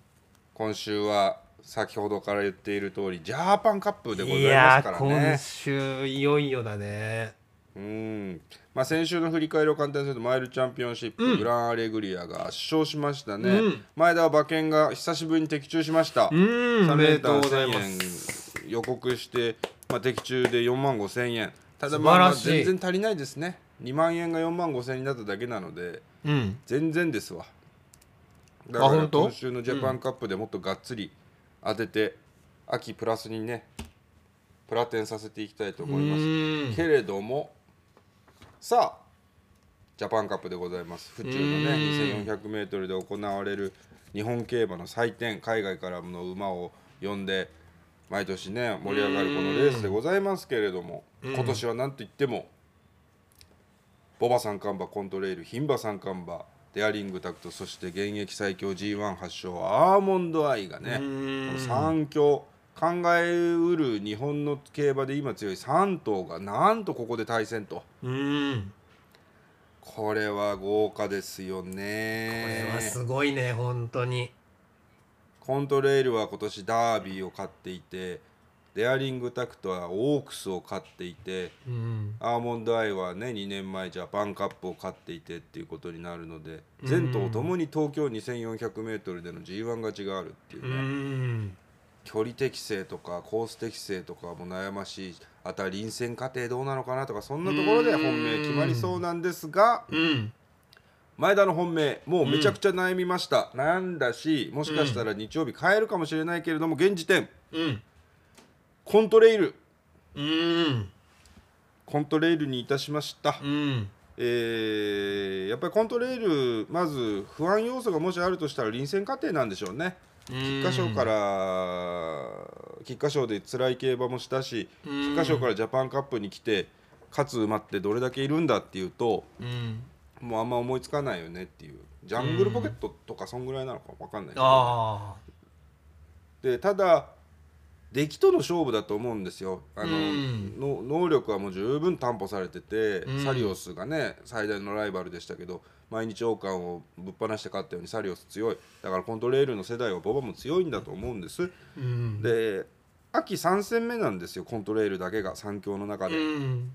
S1: 今週は先ほどから言っている通りジャパンカップでござい
S2: い
S1: ま
S2: や
S1: すから
S2: ー今
S1: ね
S2: 週いよいよだね
S1: うんまあ、先週の振り返りを簡単にするとマイルチャンピオンシップ、グランアレグリアが圧勝しましたね、
S2: うん
S1: 前田は馬券が久しぶりに的中しました、
S2: うん
S1: 3
S2: おめで
S1: 連
S2: と
S1: 単
S2: うござい
S1: 1000
S2: ま
S1: 円
S2: す
S1: 予告して、まあ、的中で4万5000円ただ
S2: 素
S1: まあま
S2: 晴ら
S1: あ
S2: しい
S1: 全然足りないですね2万円が4万5000円になっただけなので
S2: うん
S1: 全然ですわだ
S2: あ
S1: から
S2: 本当
S1: 今週のジャパンカップでもっとがっつり当てて、秋プラスにねプラテンさせていきたいと思います
S2: うん
S1: けれどもさあジャパンカップでございます府中のね 2400m で行われる日本競馬の祭典海外からの馬を呼んで毎年ね盛り上がるこのレースでございますけれども今年は何といってもボバ三冠馬コントレイル牝馬三冠馬デアリングタクトそして現役最強 g 1発祥アーモンドアイがねこ
S2: ん
S1: の三強考えうる日本の競馬で今強い3頭がなんとここで対戦と
S2: うん
S1: これは豪華ですよ
S2: これは
S1: ね
S2: すごいね本当に
S1: コントレイルは今年ダービーを勝っていてデアリングタクトはオークスを勝っていて
S2: うん
S1: アーモンドアイはね2年前ジャパンカップを勝っていてっていうことになるので全頭ともに東京 2400m での g 1勝ちがあるっていう
S2: う
S1: ね、
S2: ん
S1: 距離適正とかコース適正とかも悩ましいあとは臨戦過程どうなのかなとかそんなところで本命決まりそうなんですが
S2: うん
S1: 前田の本命もうめちゃくちゃ悩みました、悩んだしもしかしたら日曜日変えるかもしれないけれども現時点
S2: うん
S1: コントレイル
S2: うん
S1: コントレイルにいたしました、
S2: うん
S1: えーやっぱりコントレイルまず不安要素がもしあるとしたら臨戦過程なんでしょうね菊花賞から菊花賞で辛い競馬もしたし
S2: うん
S1: 菊花賞からジャパンカップに来て勝つ馬ってどれだけいるんだっていうと
S2: うん
S1: もうあんま思いつかないよねっていうジャングルポケットとかそんぐらいなのか分かんないけど
S2: ああ
S1: でただ出来との勝負だと思うんですよあの、
S2: うん
S1: の能力はもう十分担保されてて、
S2: うん
S1: サリオスがね最大のライバルでしたけど毎日王冠をぶっ放して勝ったようにサリオス強いだからコントレールの世代はボバも強いんだと思うんです、
S2: うん
S1: で秋3戦目なんですよコントレールだけが3強の中
S2: う
S1: で、
S2: ん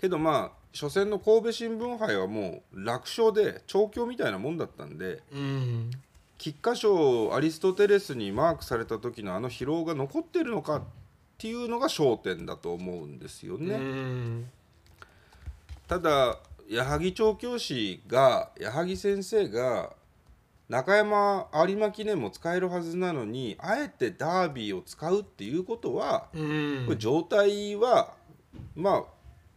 S1: けどまあ初戦の神戸新聞杯はもう楽勝で調教みたいなもんだったんで
S2: うん
S1: 菊花賞アリストテレスにマークされた時のあの疲労が残ってるのかっていうのが焦点だと思うんですよね、
S2: うん
S1: ただ矢作調教師が矢作先生が中山有馬記念も使えるはずなのにあえてダービーを使うっていうことは、
S2: うん
S1: これ状態はまあ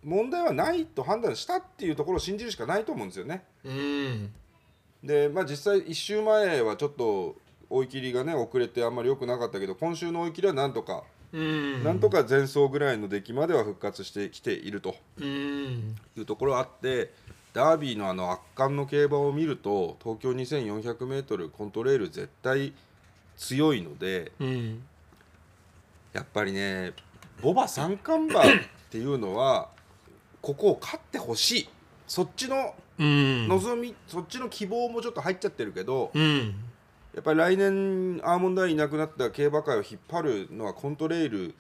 S1: 問題はないと判断したっていうところを信じるしかないと思うんですよね。
S2: うん
S1: でまあ実際1週前はちょっと追い切りがね遅れてあんまり良くなかったけど今週の追い切りはなんとか、
S2: うん
S1: なんとか前走ぐらいの出来までは復活してきていると
S2: うん
S1: いうところあってダービーのあの圧巻の競馬を見ると東京 2400m コントレール絶対強いので
S2: うん
S1: やっぱりねボバ三冠馬っていうのはここを勝ってほしいそっちの
S2: うん
S1: 望み、そっちの希望もちょっと入っちゃってるけど、
S2: うん
S1: やっぱり来年アーモンドアイいなくなった競馬界を引っ張るのはコントレイル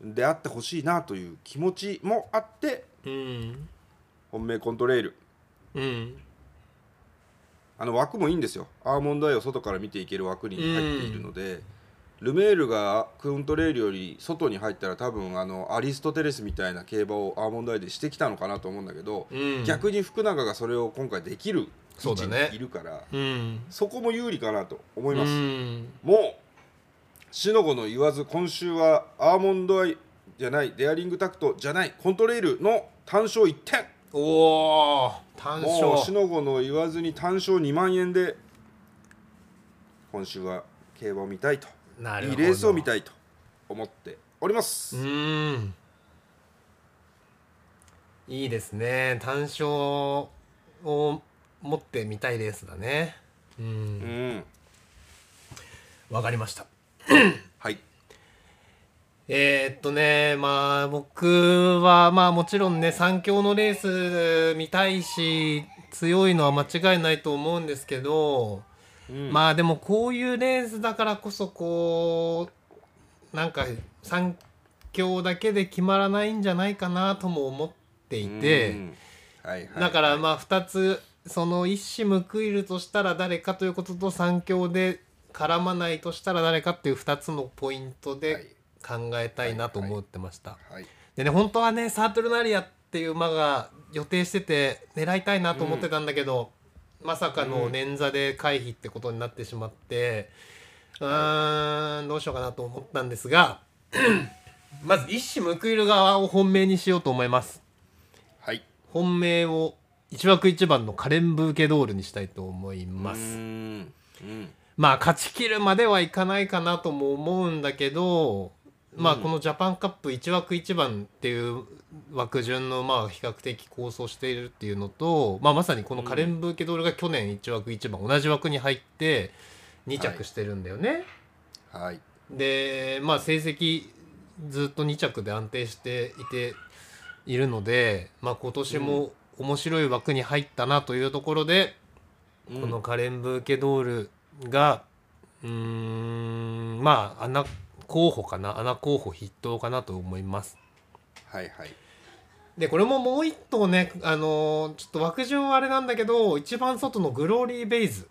S1: であってほしいなという気持ちもあって
S2: うん
S1: 本命コントレイル
S2: うん
S1: あの枠もいいんですよアーモンドアイを外から見ていける枠に入っているので、ルメールがコントレイルより外に入ったら多分あのアリストテレスみたいな競馬をアーモンドアイでしてきたのかなと思うんだけど、
S2: うん
S1: 逆に福永がそれを今回できる位
S2: そう
S1: 置
S2: だ
S1: に
S2: ね
S1: いるからそ,、
S2: うん
S1: こも有利かなと思います。
S2: うん
S1: もうしのごの言わず今週はアーモンドアイじゃないデアリングタクトじゃないコントレイルの単勝1点
S2: おお単
S1: もうし
S2: 勝
S1: のごの言わずに単勝2万円で今週は競馬を見たいと
S2: なるほ
S1: いい
S2: ど
S1: レースを見たいと思っております、
S2: うんいいですね単勝を持ってみたいレースだねう
S1: うんん、
S2: わかりました
S1: はい
S2: えー、っとねまあ僕はまあもちろんね三強のレース見たいし強いのは間違いないと思うんですけど、
S1: うん
S2: まあでもこういうレースだからこそこうなんか三強だけで決まらないんじゃないかなとも思っっていて、
S1: うんはいはい
S2: だからまあ2つその一矢報いるとしたら誰かということと三強で絡まないとしたら誰かっていう2つのポイント
S1: はい
S2: で考えたいなと思ってました。
S1: はい
S2: でね本当はねサートルナリアっていう馬が予定してて狙いたいなと思ってたんだけど、まさかの捻挫で回避ってことになってしまってうーんどうしようかなと思ったんですが [CLEARS THROAT] まず一矢報いる側を本命にしようと思います
S1: はい
S2: 本命を一枠一番のカレンブーケドールにしたいと思いま
S1: う
S2: す、
S1: ーんうん
S2: まあ勝ち切るまではいかないかなとも思うんだけど、まあこのジャパンカップ1枠1番っていう枠順のまあ比較的構想しているっていうのと、まあ、まさにこのカレン・ブーケドールが去年1枠1番同じ枠に入って2着してるんだよね。
S1: はい
S2: でまあ成績ずっと2着で安定していているので、まあ、今年も面白い枠に入ったなというところで。
S1: うん
S2: このカレンブーケドールがうーんまあ穴候補かな穴候補筆頭かなと思います。
S1: はいはい
S2: でこれももう一頭ねあのーちょっと枠順はあれなんだけど一番外のグローリーベイズ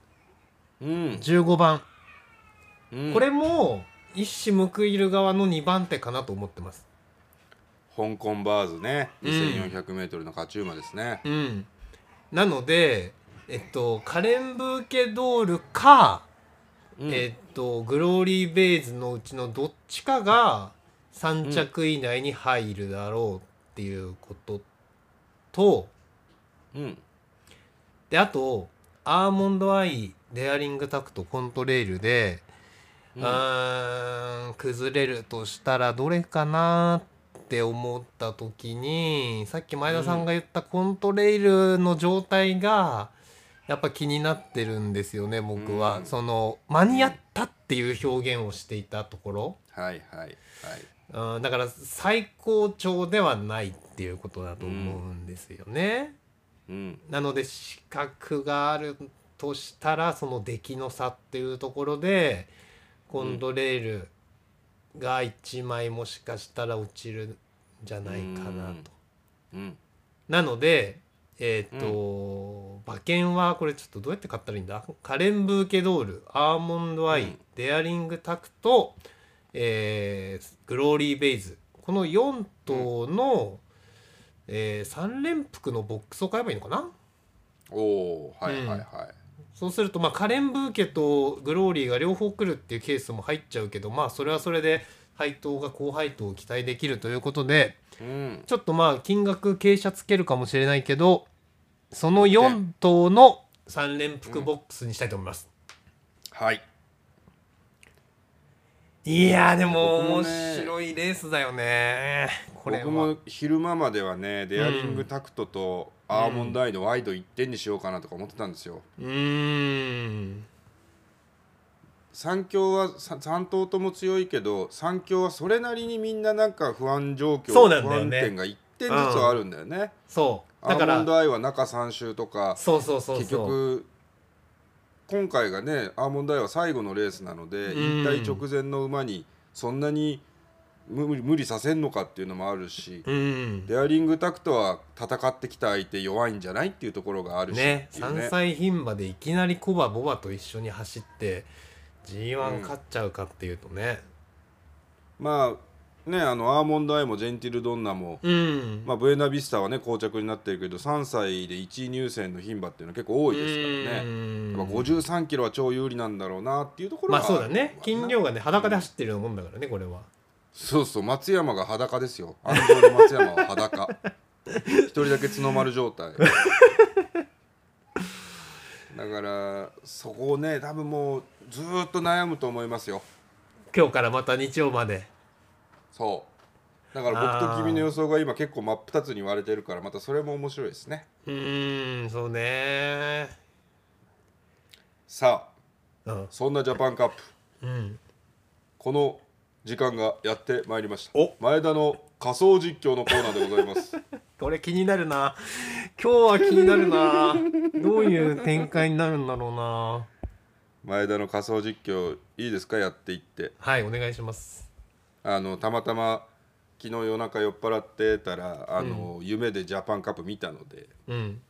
S1: うん
S2: 15番
S1: うん
S2: これも一矢報いる側の2番手かなと思ってます。
S1: 香港バーズね
S2: うん
S1: 2400m の勝ち馬ですね
S2: うん、なのでえっとカレンブーケドールか
S1: うん
S2: えーっとグローリーベイズのうちのどっちかが3着以内に入るだろうっていうことと、
S1: うん
S2: であとアーモンドアイデアリングタクトコントレイルで、う
S1: うん
S2: ーん崩れるとしたらどれかなって思った時にさっき前田さんが言ったコントレイルの状態がやっぱ気になってるんですよね僕は、
S1: うん
S2: その間に合ったっていう表現をしていたところ、
S1: はいはいはい
S2: うん、だから最高潮ではないっていうことだと思うんですよね。
S1: うん
S2: なので資格があるとしたらその出来の差っていうところでコンドレールが1枚もしかしたら落ちるんじゃないかな
S1: う
S2: と
S1: ん。うん
S2: なのでえーっ、と、馬券はこれちょっとどうやって買ったらいいんだカレンブーケドールアーモンドアイ、
S1: うん
S2: デアリングタクト、えーグローリーベイズこの4頭の、え3連複のボックスを買えばいいのかな
S1: おおはいはいはい
S2: そうするとまあカレンブーケとグローリーが両方来るっていうケースも入っちゃうけどまあそれはそれで配当が高配当を期待できるということで
S1: うん
S2: ちょっとまあ金額傾斜つけるかもしれないけどその4頭の3連複ボックスにしたいと思います。
S1: はい
S2: いやーでも
S1: 僕も
S2: 面
S1: ね
S2: 白いレースだよねこれ
S1: 僕
S2: は
S1: も昼間まではねデアリングタクトとアーモンドアイのワイド1点にしようかなとか思ってたんですよ
S2: うーん
S1: 三強はさ三頭とも強いけど三強はそれなりにみんななんか不安状況
S2: そうなんだよね
S1: 不安点が1点ずつはあるんだよね、
S2: そうだか
S1: アー
S2: ら
S1: モンドアイは中3周とか
S2: そうそうそう
S1: 結
S2: そう
S1: 局今回がねアーモンドアイは最後のレースなので、
S2: ん
S1: 引退直前の馬にそんなに無無理無理させんのかっていうのもあるし、
S2: うん
S1: デアリングタクトは戦ってきた相手弱いんじゃないっていうところがあるし
S2: ね
S1: っていう
S2: 3歳牝馬でいきなりコバボバと一緒に走って g
S1: う
S2: 1
S1: ん
S2: 勝っちゃうかっていうとね
S1: まあねあのアーモンドアイもジェンティルドンナも、
S2: うん
S1: まあ、ブエナビスタはね膠着になってるけど3歳で1位入選の牝馬っていうのは結構多いですからね。
S2: ね
S1: やっぱ53キロは超有利なんだろうなっていうところ
S2: ま
S1: は
S2: あそうだね
S1: る
S2: 金量がね裸で走ってるようなもんだからねこれは
S1: そうそう松山が裸ですよ安藤の松山は裸 [LAUGHS] 一人だけ角丸状態だからそこをね多分もうずーっと悩むと思いますよ
S2: 今日からまた日曜まで
S1: そうだから僕
S2: あ
S1: と
S2: ー
S1: 君の予想が今結構真っ二つに割れてるからまたそれも面白いですね
S2: うーんそうね
S1: さあ
S2: うん
S1: そんなジャパンカップ
S2: うん
S1: この時間がやってまいりました
S2: お
S1: 前田の仮想実況のコーナーでございます [LAUGHS]
S2: これ気になるな今日は気にな
S1: [LAUGHS]
S2: るなどういう展開になるんだろうな
S1: 前田の仮想実況いいですかやっていって
S2: はいお願いします
S1: あのたまたま昨日夜中酔っ払ってたらあの、夢でジャパンカップ見たので
S2: うん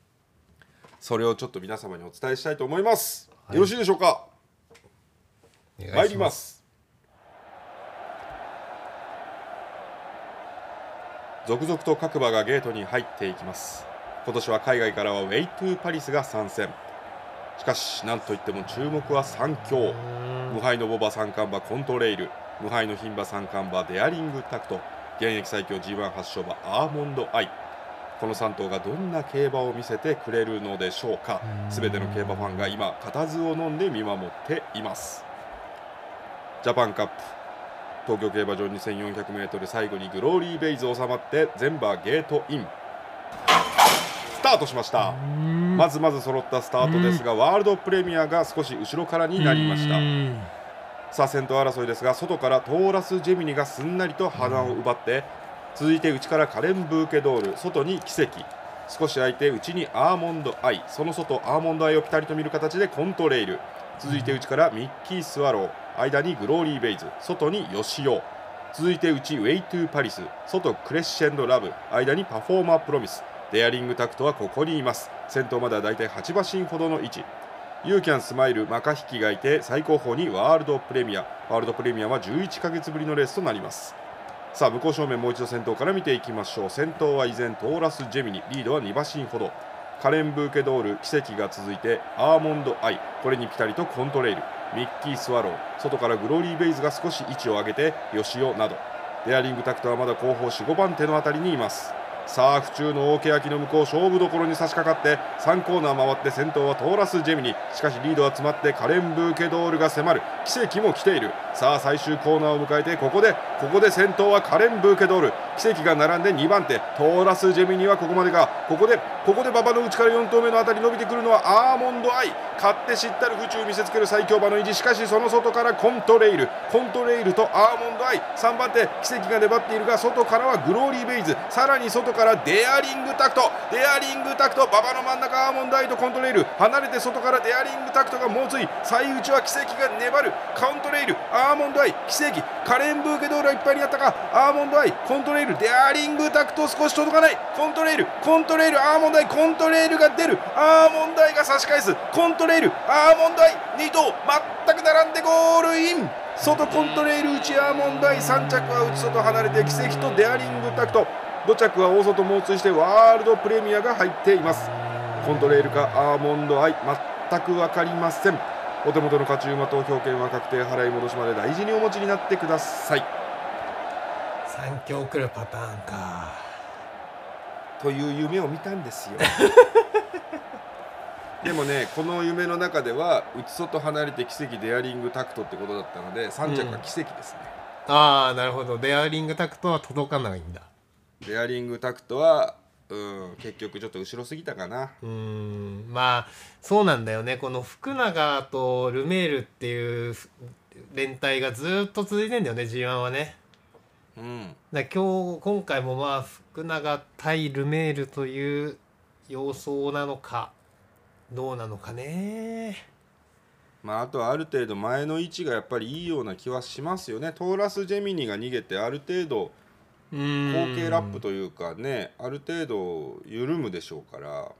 S1: それをちょっと皆様にお伝えしたいと思います、よろしいでしょうか
S2: お願いし
S1: 参ります続々と各馬がゲートに入っていきます今年は海外からはウェイトゥーパリスが参戦しかしなんといっても注目は3強無敗のボバ三冠馬コントレイル無敗の牝馬三冠馬デアリングタクト現役最強 G1 発勝馬アーモンドアイこの3頭がどんな競馬を見せてくれるのでしょうかすべての競馬ファンが今固唾を飲んで見守っていますジャパンカップ東京競馬場 2400m 最後にグローリーベイズ収まって全馬ゲートインスタートしましたまずまず揃ったスタートですがワールドプレミアが少し後ろからになりました
S2: た
S1: さあ先頭争いですが外からトーラス・ジェミニがすんなりと鼻を奪って続いて内からカレン・ブーケドール外に奇跡少し空いて内にアーモンド・アイその外アーモンド・アイをピタリと見る形でコントレイル続いて内からミッキー・スワロー間にグローリー・ベイズ外にヨシオ続いて内ウェイトゥ・パリス外クレッシェンド・ラブ間にパフォーマー・プロミスデアリング・タクトはここにいます先頭まではだいたい8馬身ほどの位置ユーキャンスマイルマカヒキがいて最高峰にワールドプレミアワールドプレミアは11ヶ月ぶりのレースとなりますさあ向こう正面もう一度先頭から見ていきましょう先頭は依然トーラス・ジェミニリードは2馬身ほどカレン・ブーケドール奇跡が続いてアーモンド・アイこれにピタリとコントレイルミッキー・スワロー外からグローリー・ベイズが少し位置を上げてヨシオなどデアリングタクトはまだ後方45番手のあたりにいますさあ府中の大欅の向こう勝負どころに差し掛かって3コーナー回って先頭はトーラス・ジェミニしかしリードは詰まってカレン・ブーケドールが迫る奇跡も来ているさあ最終コーナーを迎えてここでここで先頭はカレン・ブーケドール奇跡が並んで2番手トーラス・ジェミニはここまでかここでここで馬場の内から4投目のあたり伸びてくるのはアーモンド・アイ勝って知ったる府中見せつける最強馬の維持しかしその外からコントレイルコントレイルとアーモンド・アイ3番手奇跡が粘っているが外からはグローリー・ベイズさらに外からデアリング・タクトデアリング・タクト馬場の真ん中アーモンド・アイとコントレイル離れて外からデアリング・タクトが猛追最内は奇跡が粘るカウントレイルアーモンド・アイ奇跡カレン・ブーケドールはいっぱいになったかアーモンド・アイコントレイルデアリング・タクト少し届かないコントレイルコントレイルアーモンド・アイコントレイルが出るアーモンド・アイが差し返すコントレイルアーモンド・アイ2頭全く並んでゴールイン外コントレイル内アーモンド・アイ3着は内外離れて奇跡とデアリング・タクト5着は大外猛追してワールドプレミアが入っていますコントレイルかアーモンドアイ全く分かりませんお手元の勝ち馬投票券は確定払い戻しまで大事にお持ちになってください
S2: 三強来るパターンか
S1: という夢を見たんですよでもねこの夢の中では内外離れて奇跡デアリングタクトってことだったので3着は奇跡ですね、
S2: ああなるほどデアリングタクトは届かないんだ
S1: デアリングタクトはうん結局ちょっと後ろすぎたかな
S2: うーんまあそうなんだよねこの福永とルメールっていう連帯がずっと続いてんだよね G1 はね
S1: うん
S2: だから今日今回もまあ福永対ルメールという様相なのかどうなのかね
S1: まあ、あとはある程度前の位置がやっぱりいいような気はしますよねトーラス・ジェミニが逃げてある程度
S2: うーん
S1: 後継ラップというかねある程度緩むでしょうから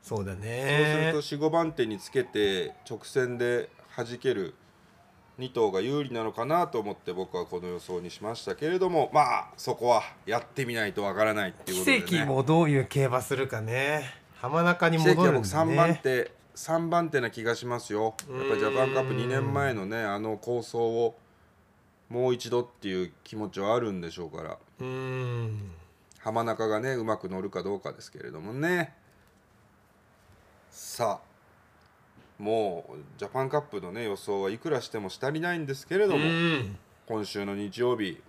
S2: そうだね
S1: そうすると45番手につけて直線で弾ける2頭が有利なのかなと思って僕はこの予想にしましたけれどもまあそこはやってみないとわからないっていうことで、ね、
S2: 奇跡もどういう競馬するかね浜中に
S1: 奇跡
S2: 戻
S1: は
S2: るん
S1: 僕
S2: だ
S1: 3番
S2: ね
S1: 手、3番手な気がしますよやっぱりジャパンカップ2年前のねあの構想をもう一度っていう気持ちはあるんでしょうから
S2: うーん
S1: 浜中がねうまく乗るかどうかですけれどもねさあもうジャパンカップのね予想はいくらしてもしたりないんですけれ
S2: う
S1: ども、
S2: ーん
S1: 今週の日曜日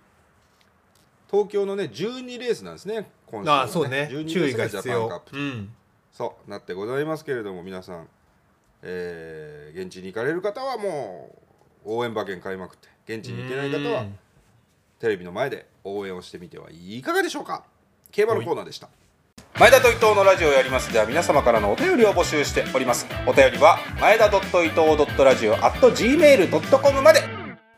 S1: 東京のね12レースなんですね今週は
S2: ああそうね
S1: 12
S2: 注
S1: レー
S2: 意
S1: ス
S2: が
S1: がジャ
S2: 必
S1: パンカッ
S2: 要
S1: プと
S2: うん
S1: そうなってございますけれども皆さん、えー現地に行かれる方はもう応援馬券買いまくって現地に行けない方
S2: う
S1: は
S2: ん
S1: テレビの前で応援をしてみてはいかがでしょうか競馬のコーナーでした前田と伊藤のラジオをやりますでは皆様からのお便りを募集しておりますお便りは前田伊藤ラジオ at gmail.com まで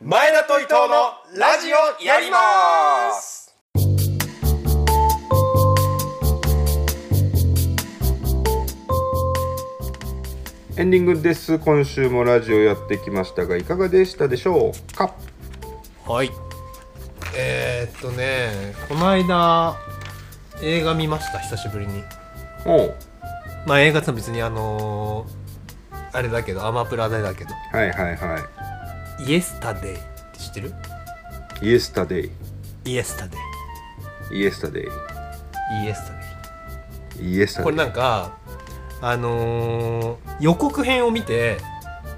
S3: 前田と伊藤のラジオやります
S1: エンディングです今週もラジオやってきましたがいかがでしたでしょうか
S2: はいえー、っとねこの間映画見ました久しぶりに
S1: おう
S2: まあ映画って別にあのーあれだけどアマプラでだけど
S1: はいはいは
S2: 「イエスタデイ」って知ってる
S1: いイエスタデイ
S2: イエスタデ
S1: イエスタデ
S2: イイエスタデ
S1: イイエスタデ
S2: イこ
S1: イ
S2: れなんかあのー予告編を見て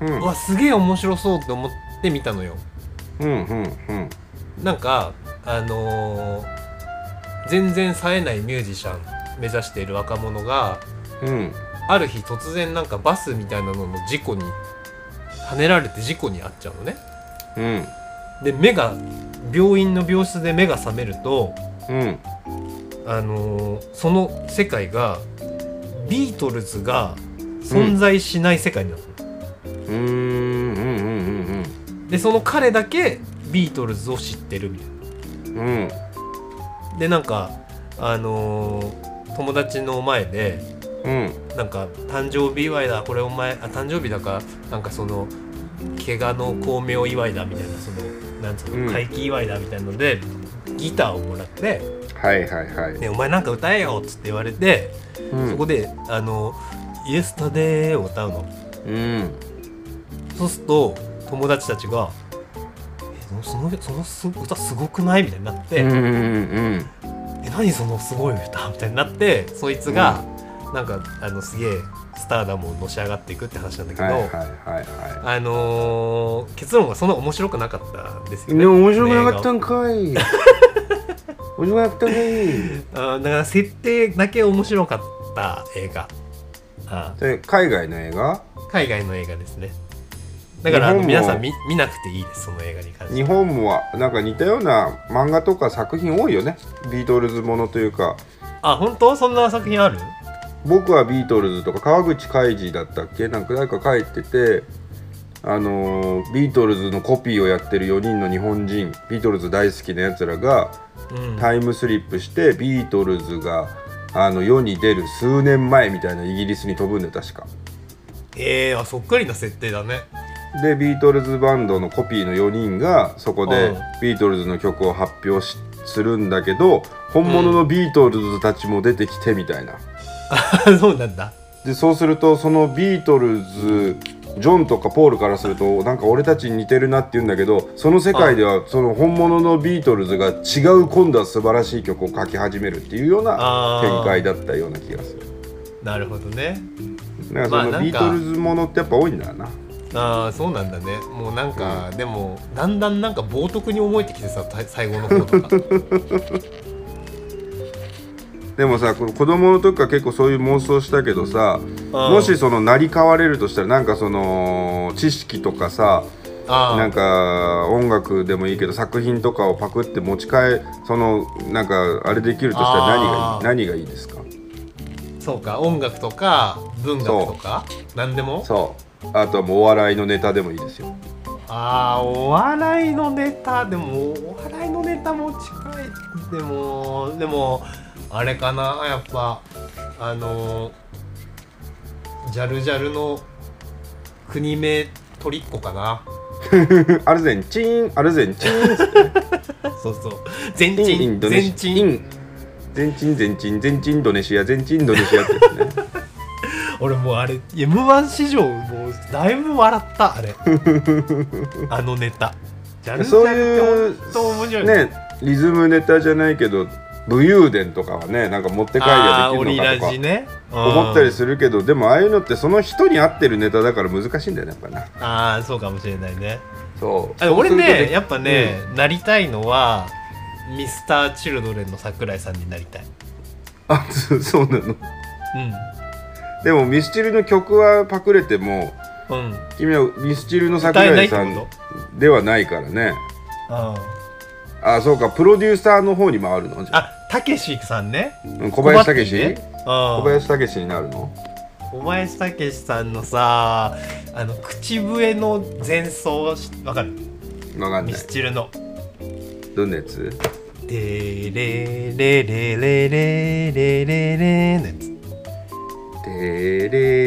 S1: うん
S2: うわすげえ面白そうって思って見たのよ
S1: うんうんうん
S2: なんかあのー全然冴えないミュージシャン目指している若者が
S1: うん
S2: ある日突然なんかバスみたいなのの事故にはねられて事故に遭っちゃうのね
S1: うん
S2: で目が病院の病室で目が覚めると、
S1: うん
S2: あのーその世界がビートルズが存在しない世界になったの、
S1: うーんうんうん
S2: でその彼だけビートルズを知ってるみたいな
S1: うんうんうん
S2: でなんかあのー友達の前で
S1: うん
S2: なんか誕生日祝いだこれお前あ誕生日だかなんかその怪我の功名祝いだみたいなそのなんつう
S1: う
S2: の
S1: ん
S2: 回帰祝いだみたいなので、ギターをもらって
S1: はいはいは
S2: 「
S1: い
S2: ね、お前なんか歌えよ」っつって言われて、
S1: うん
S2: そこであの「イエスタデー」を歌うの
S1: うん
S2: そうすると友達たちが「えそのそのその歌すごくない?」みたいになって。
S1: うんうん
S2: え何そのすごい歌みたいになってそいつが、なんかあのすげえスターダムをのし上がっていくって話なんだけ
S1: うん
S2: ど、
S1: はいはいはいは
S2: あのー結論がそんな面白くなかったんです
S1: い
S2: よね。
S1: でも面白くなかった
S2: こ
S1: んかい面白くなかったんかい
S2: の映画はあーだから設定だけ面白かった映画あ
S1: で海外の映画
S2: ー海外の映画ですねだからあ
S1: 日
S2: の
S1: 本も
S2: 皆さん見見なくていいですその映画に関して
S1: 日本もはなんか似たような漫画とか作品多いよねビートルズものというか
S2: あ本当そんな作品ある
S1: 僕はビートルズとか川口海二だったっけなんか誰か書いててあのービートルズのコピーをやってる4人の日本人ビートルズ大好きなやつらが
S2: うん
S1: タイムスリップしてビートルズがあの世に出る数年前みたいなイギリスに飛ぶんで確か
S2: えー、あそっくりな設定だね [LAUGHS]
S1: でビートルズバンドのコピーの4人がそこ
S2: う
S1: で
S2: ん
S1: ビートルズの曲を発表しするんだけど本物のビートルズたちも出てきてみたいな、
S2: あそうなんだ
S1: でそうするとそのビートルズジョンとかポールからするとなんか俺たちに似てるなって言うんだけどその世界ではその本物のビートルズが違う今度は素晴らしい曲を書き始めるっていうような
S2: あー
S1: 展開だったような気がする
S2: なるほどね
S1: だからその
S2: まあなんか
S1: ビートルズものってやっぱ多いんだな
S2: ああそうなんだねもうなんか、でもだんだんなんか冒涜に思えてきてさた最後の方と
S1: [LAUGHS]
S2: か
S1: でもさこの子供の時から結構そういう妄想したけどさ
S2: あー
S1: もしその成り代われるとしたらなんかその知識とかさ
S2: あ
S1: なん
S2: あ
S1: か音楽でもいいけど作品とかをパクって持ち帰そのなんかあれできるとしたら何がいい何が
S2: あー
S1: いいですか
S2: そうか音楽とか文学とか何でも
S1: そうあとはもうお笑いのネタでもいいですよ [LAUGHS]
S2: ああお笑いのネタでもお笑いのネタも近いでもでもあれかなやっぱあのージャルジャルの国名トリッコかな
S1: アルゼンチンアルゼンチン
S2: そうそう全
S1: インイ
S2: 鎮
S1: ンドネシ
S2: 全
S1: アイ
S2: 鎮
S1: ン全チン全チン全チンインドネシア全チンインドネシアってやつね
S2: 俺もうあれ m 1史上もうだいぶ笑った
S1: [LAUGHS]
S2: あれあのネタジャルジ
S1: そう
S2: ャルっ
S1: いう
S2: て本当面白い
S1: ねリズムネタじゃないけど武勇伝とかはねなんか持って帰り
S2: あ
S1: ゃ
S2: あ
S1: で
S2: オ
S1: きる
S2: リ
S1: のか
S2: ラ
S1: とか
S2: ジね
S1: 思ったり
S2: る
S1: するけどでもああいうのってその人に合ってるネタだから難しいんだよねやっぱな
S2: ああそうかもしれないね
S1: そう
S2: あ俺
S1: そうすると
S2: ね
S1: で
S2: やっぱね、なりたいのはミスターチルドレンの桜井さんになりたい
S1: あそうそうなの
S2: う
S1: でもミスチルの曲はパクれても
S2: んうん
S1: 君はミスチルの
S2: 歌え
S1: 桜
S2: ない
S1: 井
S2: って
S1: さ
S2: こ
S1: んではないからね
S2: とうん
S1: あそうかプロデューサーの方に回るのじゃあ
S2: あたけしさんね
S1: うん小林武史、
S2: ねう
S1: 小
S2: ん
S1: 林武史になるの
S2: 小林武史さんのさあの口笛の前奏しわかる
S1: わかん
S2: ミ
S1: ない
S2: スチルの
S1: どんなやつ
S2: 「でれれれれれれれれ」のやつ
S1: でレレレレ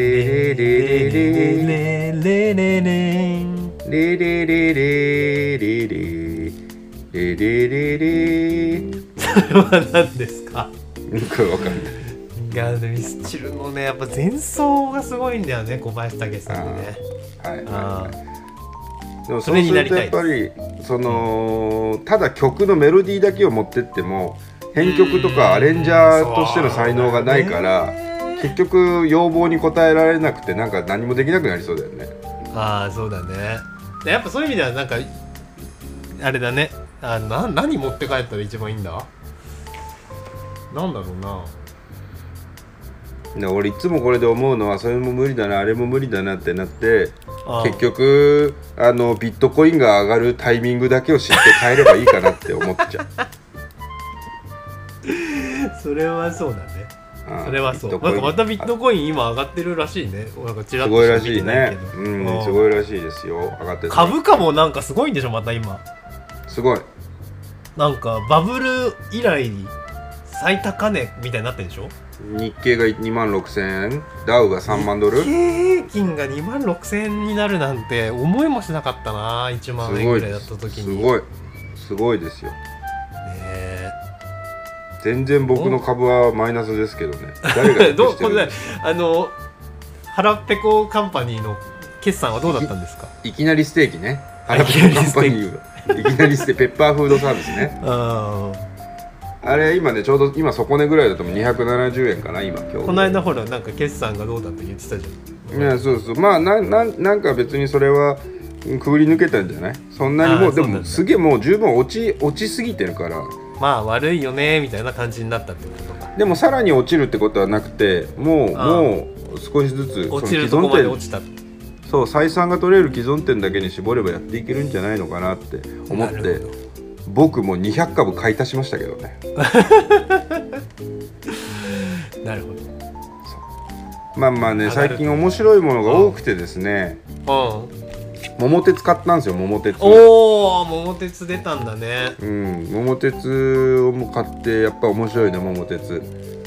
S1: レレ
S2: レレレレン
S1: レレレレレレレレレレ
S2: それは何ですか
S1: なんかわかんない
S2: いやでもミスチルのねやっぱ前奏がすごいんだよね小林武史さんのね
S1: はいはい
S2: あ
S1: はいでも
S2: そ
S1: そ
S2: れ
S1: れ
S2: に
S1: にな
S2: なり
S1: り
S2: た
S1: たい
S2: い
S1: やっぱりそのただ曲のメロディーだけを持ってっても編曲とかアレンジャーとしての才能がないから結局要望に応えられなくてなんか何もできなくなりそうだよね
S2: ああそうだねでやっぱそういう意味ではなんかあれだねあな何持って帰ったら一番いいんだなんだろうな
S1: で俺いつもこれで思うのはそれも無理だなあれも無理だなってなって
S2: あー
S1: 結局あのビットコインが上がるタイミングだけを知って変えればいいかなって思っちゃう
S2: それはそうだね
S1: あー
S2: [LAUGHS] それはそう
S1: ビットコ
S2: な
S1: イ
S2: ん
S1: ン
S2: かまたビットコイン今上がってるらしいねなんかち
S1: す
S2: らっと
S1: ごい
S2: しから見
S1: しい
S2: てな
S1: ね
S2: けど
S1: うん
S2: あー
S1: すごいらしいですよ上がってる
S2: 株価もなんかすごいんでしょまた今
S1: すごい
S2: なんかバブル以来最高値みたいになってるでしょ
S1: 日経が2万6000円ダウが3万ドル
S2: 日
S1: す
S2: 経平均が2万6000円になるなんて思いもしなかったな1万円
S1: ご
S2: ぐ
S1: い
S2: らいだ
S1: で
S2: っ
S1: す
S2: た時に
S1: すごいすごいですよ
S2: ね
S1: 全然僕の株はマイナスですけどね誰が
S2: え [LAUGHS] ど
S1: 得
S2: う
S1: して
S2: こ
S1: るん
S2: れ
S1: ですか
S2: あの腹ペコカンパニーの決算はどうだったんですか
S1: いきなりステーキね
S2: あ
S1: ア
S2: い
S1: ラ
S2: き
S1: ビ
S2: な
S1: ック
S2: り
S1: カンパニーはいきなりステーキペッパーフードサービスね
S2: うん
S1: あれ今ねちょうど今底値ぐらいだともう270円かな今今日
S2: この間ほらなんか決算がどうだって言ってたじゃん、
S1: ねそうそうまあなんなんなんか別にそれはうんくぐり抜けたんじゃないそんなに
S2: あ
S1: も
S2: ー
S1: うで
S2: そうなん
S1: も
S2: だ
S1: すげえもう十分落ち落ちすぎてるから
S2: まあ悪いよねみたいな感じになったってことか
S1: でもさらに落ちるってことはなくてもう
S2: あ
S1: もう少しずつ
S2: 落ちる
S1: そ
S2: と
S1: の
S2: こ
S1: 既
S2: ま
S1: 存
S2: で
S1: 点
S2: 落ちた
S1: そう採算が取れる既存店だけに絞ればやっていけるんじゃないのかなって思っ
S2: なる
S1: て
S2: ほど
S1: 僕も200株買い足しましたけどね
S2: なるほ
S1: まあまあ
S2: 上
S1: ね
S2: がる
S1: 最近面白いものが多くてですね
S2: どうん
S1: 桃鉄買ったんですよ桃鉄
S2: おお桃鉄出たんだね
S1: うん桃鉄をも買ってやっぱ面白いね桃鉄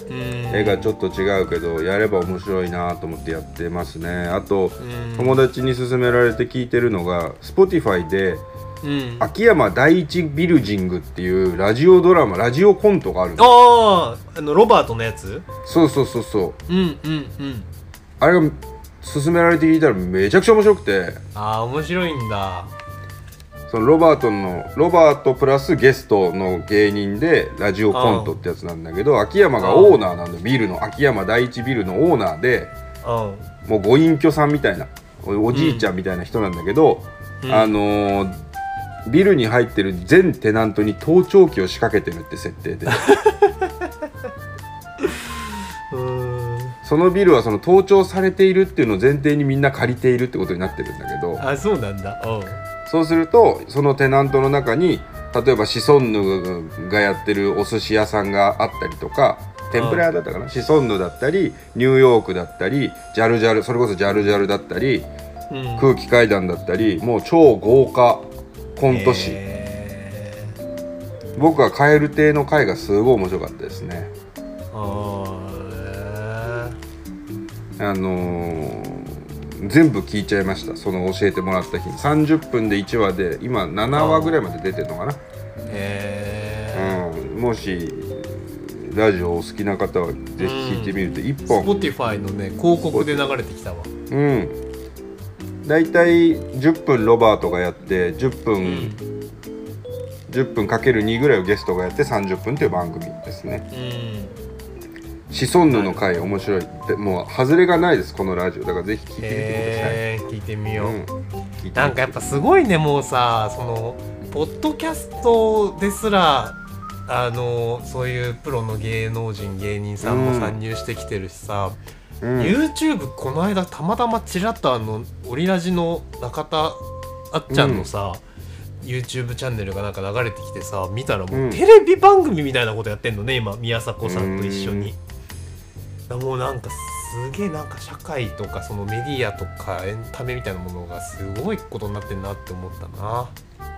S2: うん
S1: 絵がちょっと違うけどやれば面白いなと思ってやってますねあと
S2: うん
S1: 友達に勧められて聞いてるのが Spotify で
S2: うんあ
S1: 秋山第一ビルジングっていうラジオドラマラジオコントがあるの
S2: あーあのロバートのやつ
S1: そうそうそうそう
S2: うんうんうん
S1: あれが勧められて聞いたらめちゃくちゃ面白くて
S2: ああ面白いんだ
S1: そのロバートのロバートプラスゲストの芸人でラジオコントってやつなんだけど秋山がオーナーなんだビルの秋山第一ビルのオーナーで
S2: うん
S1: もうご隠居さんみたいなおおじいちゃんみたいな人なんだけど、
S2: うん
S1: あのービルに入ってる全テナントに盗聴器を仕掛けてるって設
S2: [LAUGHS]
S1: 定で
S2: うーん
S1: そのビルはその盗聴されているっていうのを前提にみんな借りているってことになってるんだけど
S2: あそうなんだう
S1: そうするとそのテナントの中に例えばシソンヌがやってるお寿司屋さんがあったりとか天ぷら屋だったかなシソンヌだったりニューヨークだったりジャルジャルそれこそジャルジャルだったり
S2: んうん
S1: 空気階段だったりもう超豪華コント師、
S2: へー
S1: 僕は蛙亭の回がすごい面白かったですね
S2: あー
S1: あのー全部聞いちゃいましたその教えてもらった日に30分で1話で今7話ぐらいまで出てるのかな
S2: へ
S1: うん、もしラジオお好きな方はぜひ聞いてみると1
S2: え
S1: 本、
S2: Spotify のね広告で流れてきたわ
S1: うん大体10分ロバートがやって10分、
S2: うん
S1: 10分かける2ぐらいをゲストがやって30分という番組ですね
S2: うん
S1: シソンヌの回面白いでもう外れがないですこのラジオだからぜひ聞いてみて
S2: へえ聞いてみ
S1: くだ
S2: よ
S1: さ
S2: う
S1: い、うん、聞いてみて
S2: なんかやっぱすごいねもうさそのポッドキャストですらあのそういうプロの芸能人芸人さんも参入してきてるしさ、
S1: うん
S2: YouTube この間たまたまちらっとあのオリラジの中田あっちゃんのさ、YouTube チャンネルがなんか流れてきてさ見たらもううんテレビ番組みたいなことやってんのね今宮迫さんと一緒に。だもうなんかすげえなんか社会とかそのメディアとかエンタメみたいなものがすごいことになってんなって思ったな。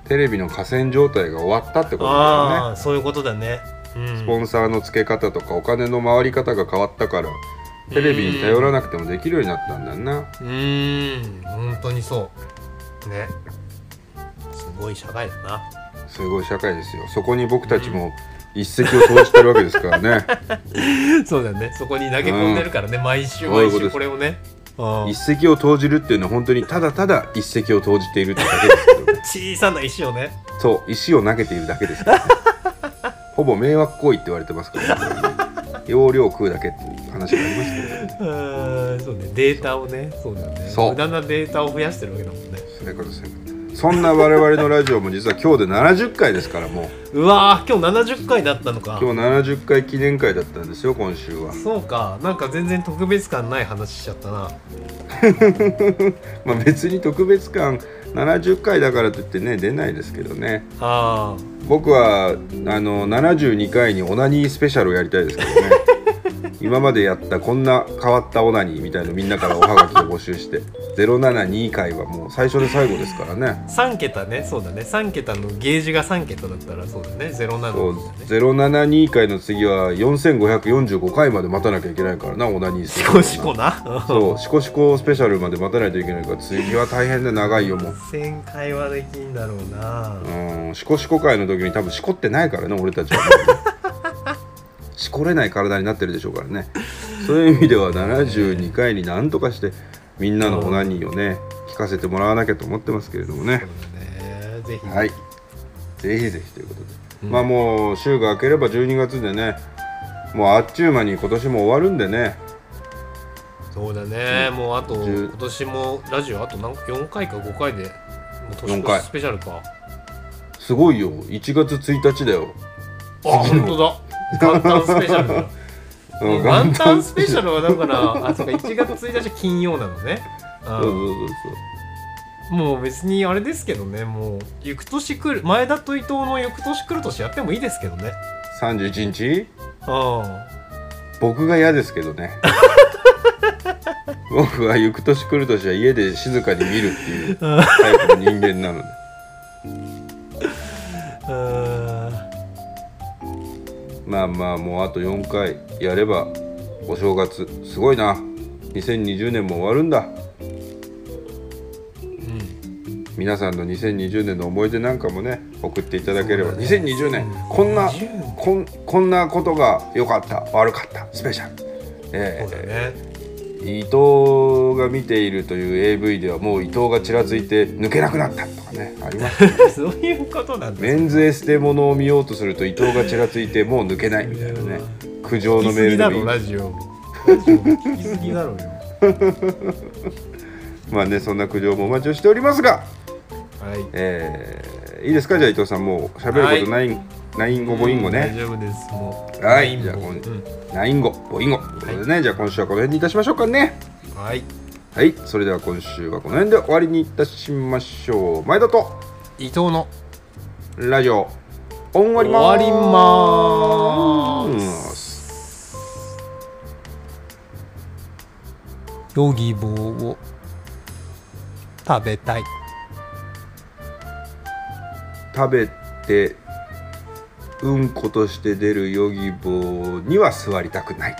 S1: テレビの河川状態が終わったってことだよ
S2: ああ
S1: ね
S2: ーそういうことだね。うん
S1: スポンサーの付け方とかお金の回り方が変わったからテレビに頼らなくてもできるようになったんだよな
S2: うーん本当にそうねすごい社会だな
S1: すごい社会ですよそこに僕たちも一石を投じてるわけですからね [LAUGHS]
S2: [LAUGHS] そうだよねそこに投げ込んでるからね、毎週
S1: そういうこと
S2: 毎
S1: で
S2: 週
S1: す
S2: これをねうん
S1: 一石を投じるっていうのは本当にただただ一石を投じているってだけですけど
S2: [LAUGHS] 小さな石をね
S1: そう石を投げているだけですからね、ほぼ迷惑行為って言われてますから、ね、容量を食うだけっていう話がありますけど
S2: うーんそうねデータをねそうだよね
S1: そう
S2: 無駄なデータを増やしてるわけだもんね [LAUGHS]
S1: それからですねそんな我々のラジオも実は今日で70回ですからもう
S2: うわー今日70回だったのか
S1: 今日70回記念会だったんですよ今週は
S2: そうかなんか全然特別感ない話しちゃったな
S1: まあ別に特別感70回だからといってね出ないですけどね
S2: あ
S1: 僕はあの72回にオナニースペシャルをやりたいですけどね今までやったこんな変わったオナニーみたいのみんなからおはがきを募集して072回はもう最初で最後ですからね
S2: ー3桁ねそうだね3桁のゲージが3桁だったらそうだね07だ
S1: そう
S2: ね
S1: 072回の次は4545回まで待たなきゃいけないからなオナニースペ
S2: シ
S1: シャル
S2: コ
S1: は
S2: シコな
S1: そうシコシコスペシャルまで待たないといけないから次は大変で長いよもう
S2: 1000回はできんだろうな
S1: うんシコシコ会の時に多分しこってないからね俺たちは
S2: [LAUGHS]
S1: しこれない体になってるでしょうからねそういう意味では72回になんとかしてみんなのオナニーをね聞かせてもらわなきゃと思ってますけれどもね
S2: そうだねぜひ、
S1: はいぜひぜひということで、まあもう週が明ければ12月でねもうあっちゅう間に今年も終わるんでね
S2: そうだね、もうあと
S1: 10
S2: 今年もラジオあと何4回か5回でもう年
S1: 4回
S2: 越しスペシャルか
S1: すごいよ1月1日だよ
S2: あ本当だ元旦スペシャルだ
S1: [LAUGHS] うん元
S2: 元旦
S1: 旦
S2: スペシャルはだからあそうか1月1日金曜なのね
S1: そ
S2: あ
S1: うそうそう
S2: もう別にあれですけどねもう行く年来る前田と伊藤の行く年来る年やってもいいですけどね
S1: そう31日
S2: あ
S1: 僕が嫌ですけどね [LAUGHS] 僕は行く年来る年は家で静かに見るっていうタイプの人間なので
S2: あう
S1: まあまあもうあと4回やればお正月すごいな2020年も終わるんだ
S2: ん
S1: 皆さんの2020年の思い出なんかもね送っていただければ、
S2: そうだね
S1: 2020年こんな
S2: 20
S1: こんこんなことが良かった悪かったスペシャル、え
S2: そうだね
S1: え伊藤が見ているという AV ではもう伊藤がちらついて抜けなくなったとかねあります
S2: [LAUGHS] そういうことなんだ
S1: メンズエステものを見ようとすると伊藤がちらついてもう抜けないみたいなね苦情
S2: 聞
S1: の
S2: き
S1: メ
S2: す
S1: ー
S2: ぎ
S1: ル
S2: だ
S1: でもい
S2: ろ
S1: い
S2: ラジオラジオ聞きすぎだろうよ
S1: まあねそんな苦情もお待ちをしておりますが、
S2: はい
S1: えーいいですかじゃあ伊藤さんもう喋ることない、ナインゴボインゴ
S2: 大
S1: ね、
S2: 丈夫ですもう
S1: はい
S2: ナインボ
S1: じゃあこん
S2: うん
S1: ナインゴボインゴということでね、じゃあ今週はこの辺にいたしましょうかね
S2: はい
S1: はいそれでは今週はこの辺で終わりにいたしましょう前田と
S2: 伊藤の
S1: ラジオ終わり
S2: 終
S1: ま
S2: わ
S1: ーす
S2: りまーすヨギボーを食べたい
S1: 食べてうんことして出るヨギボーには座りたくない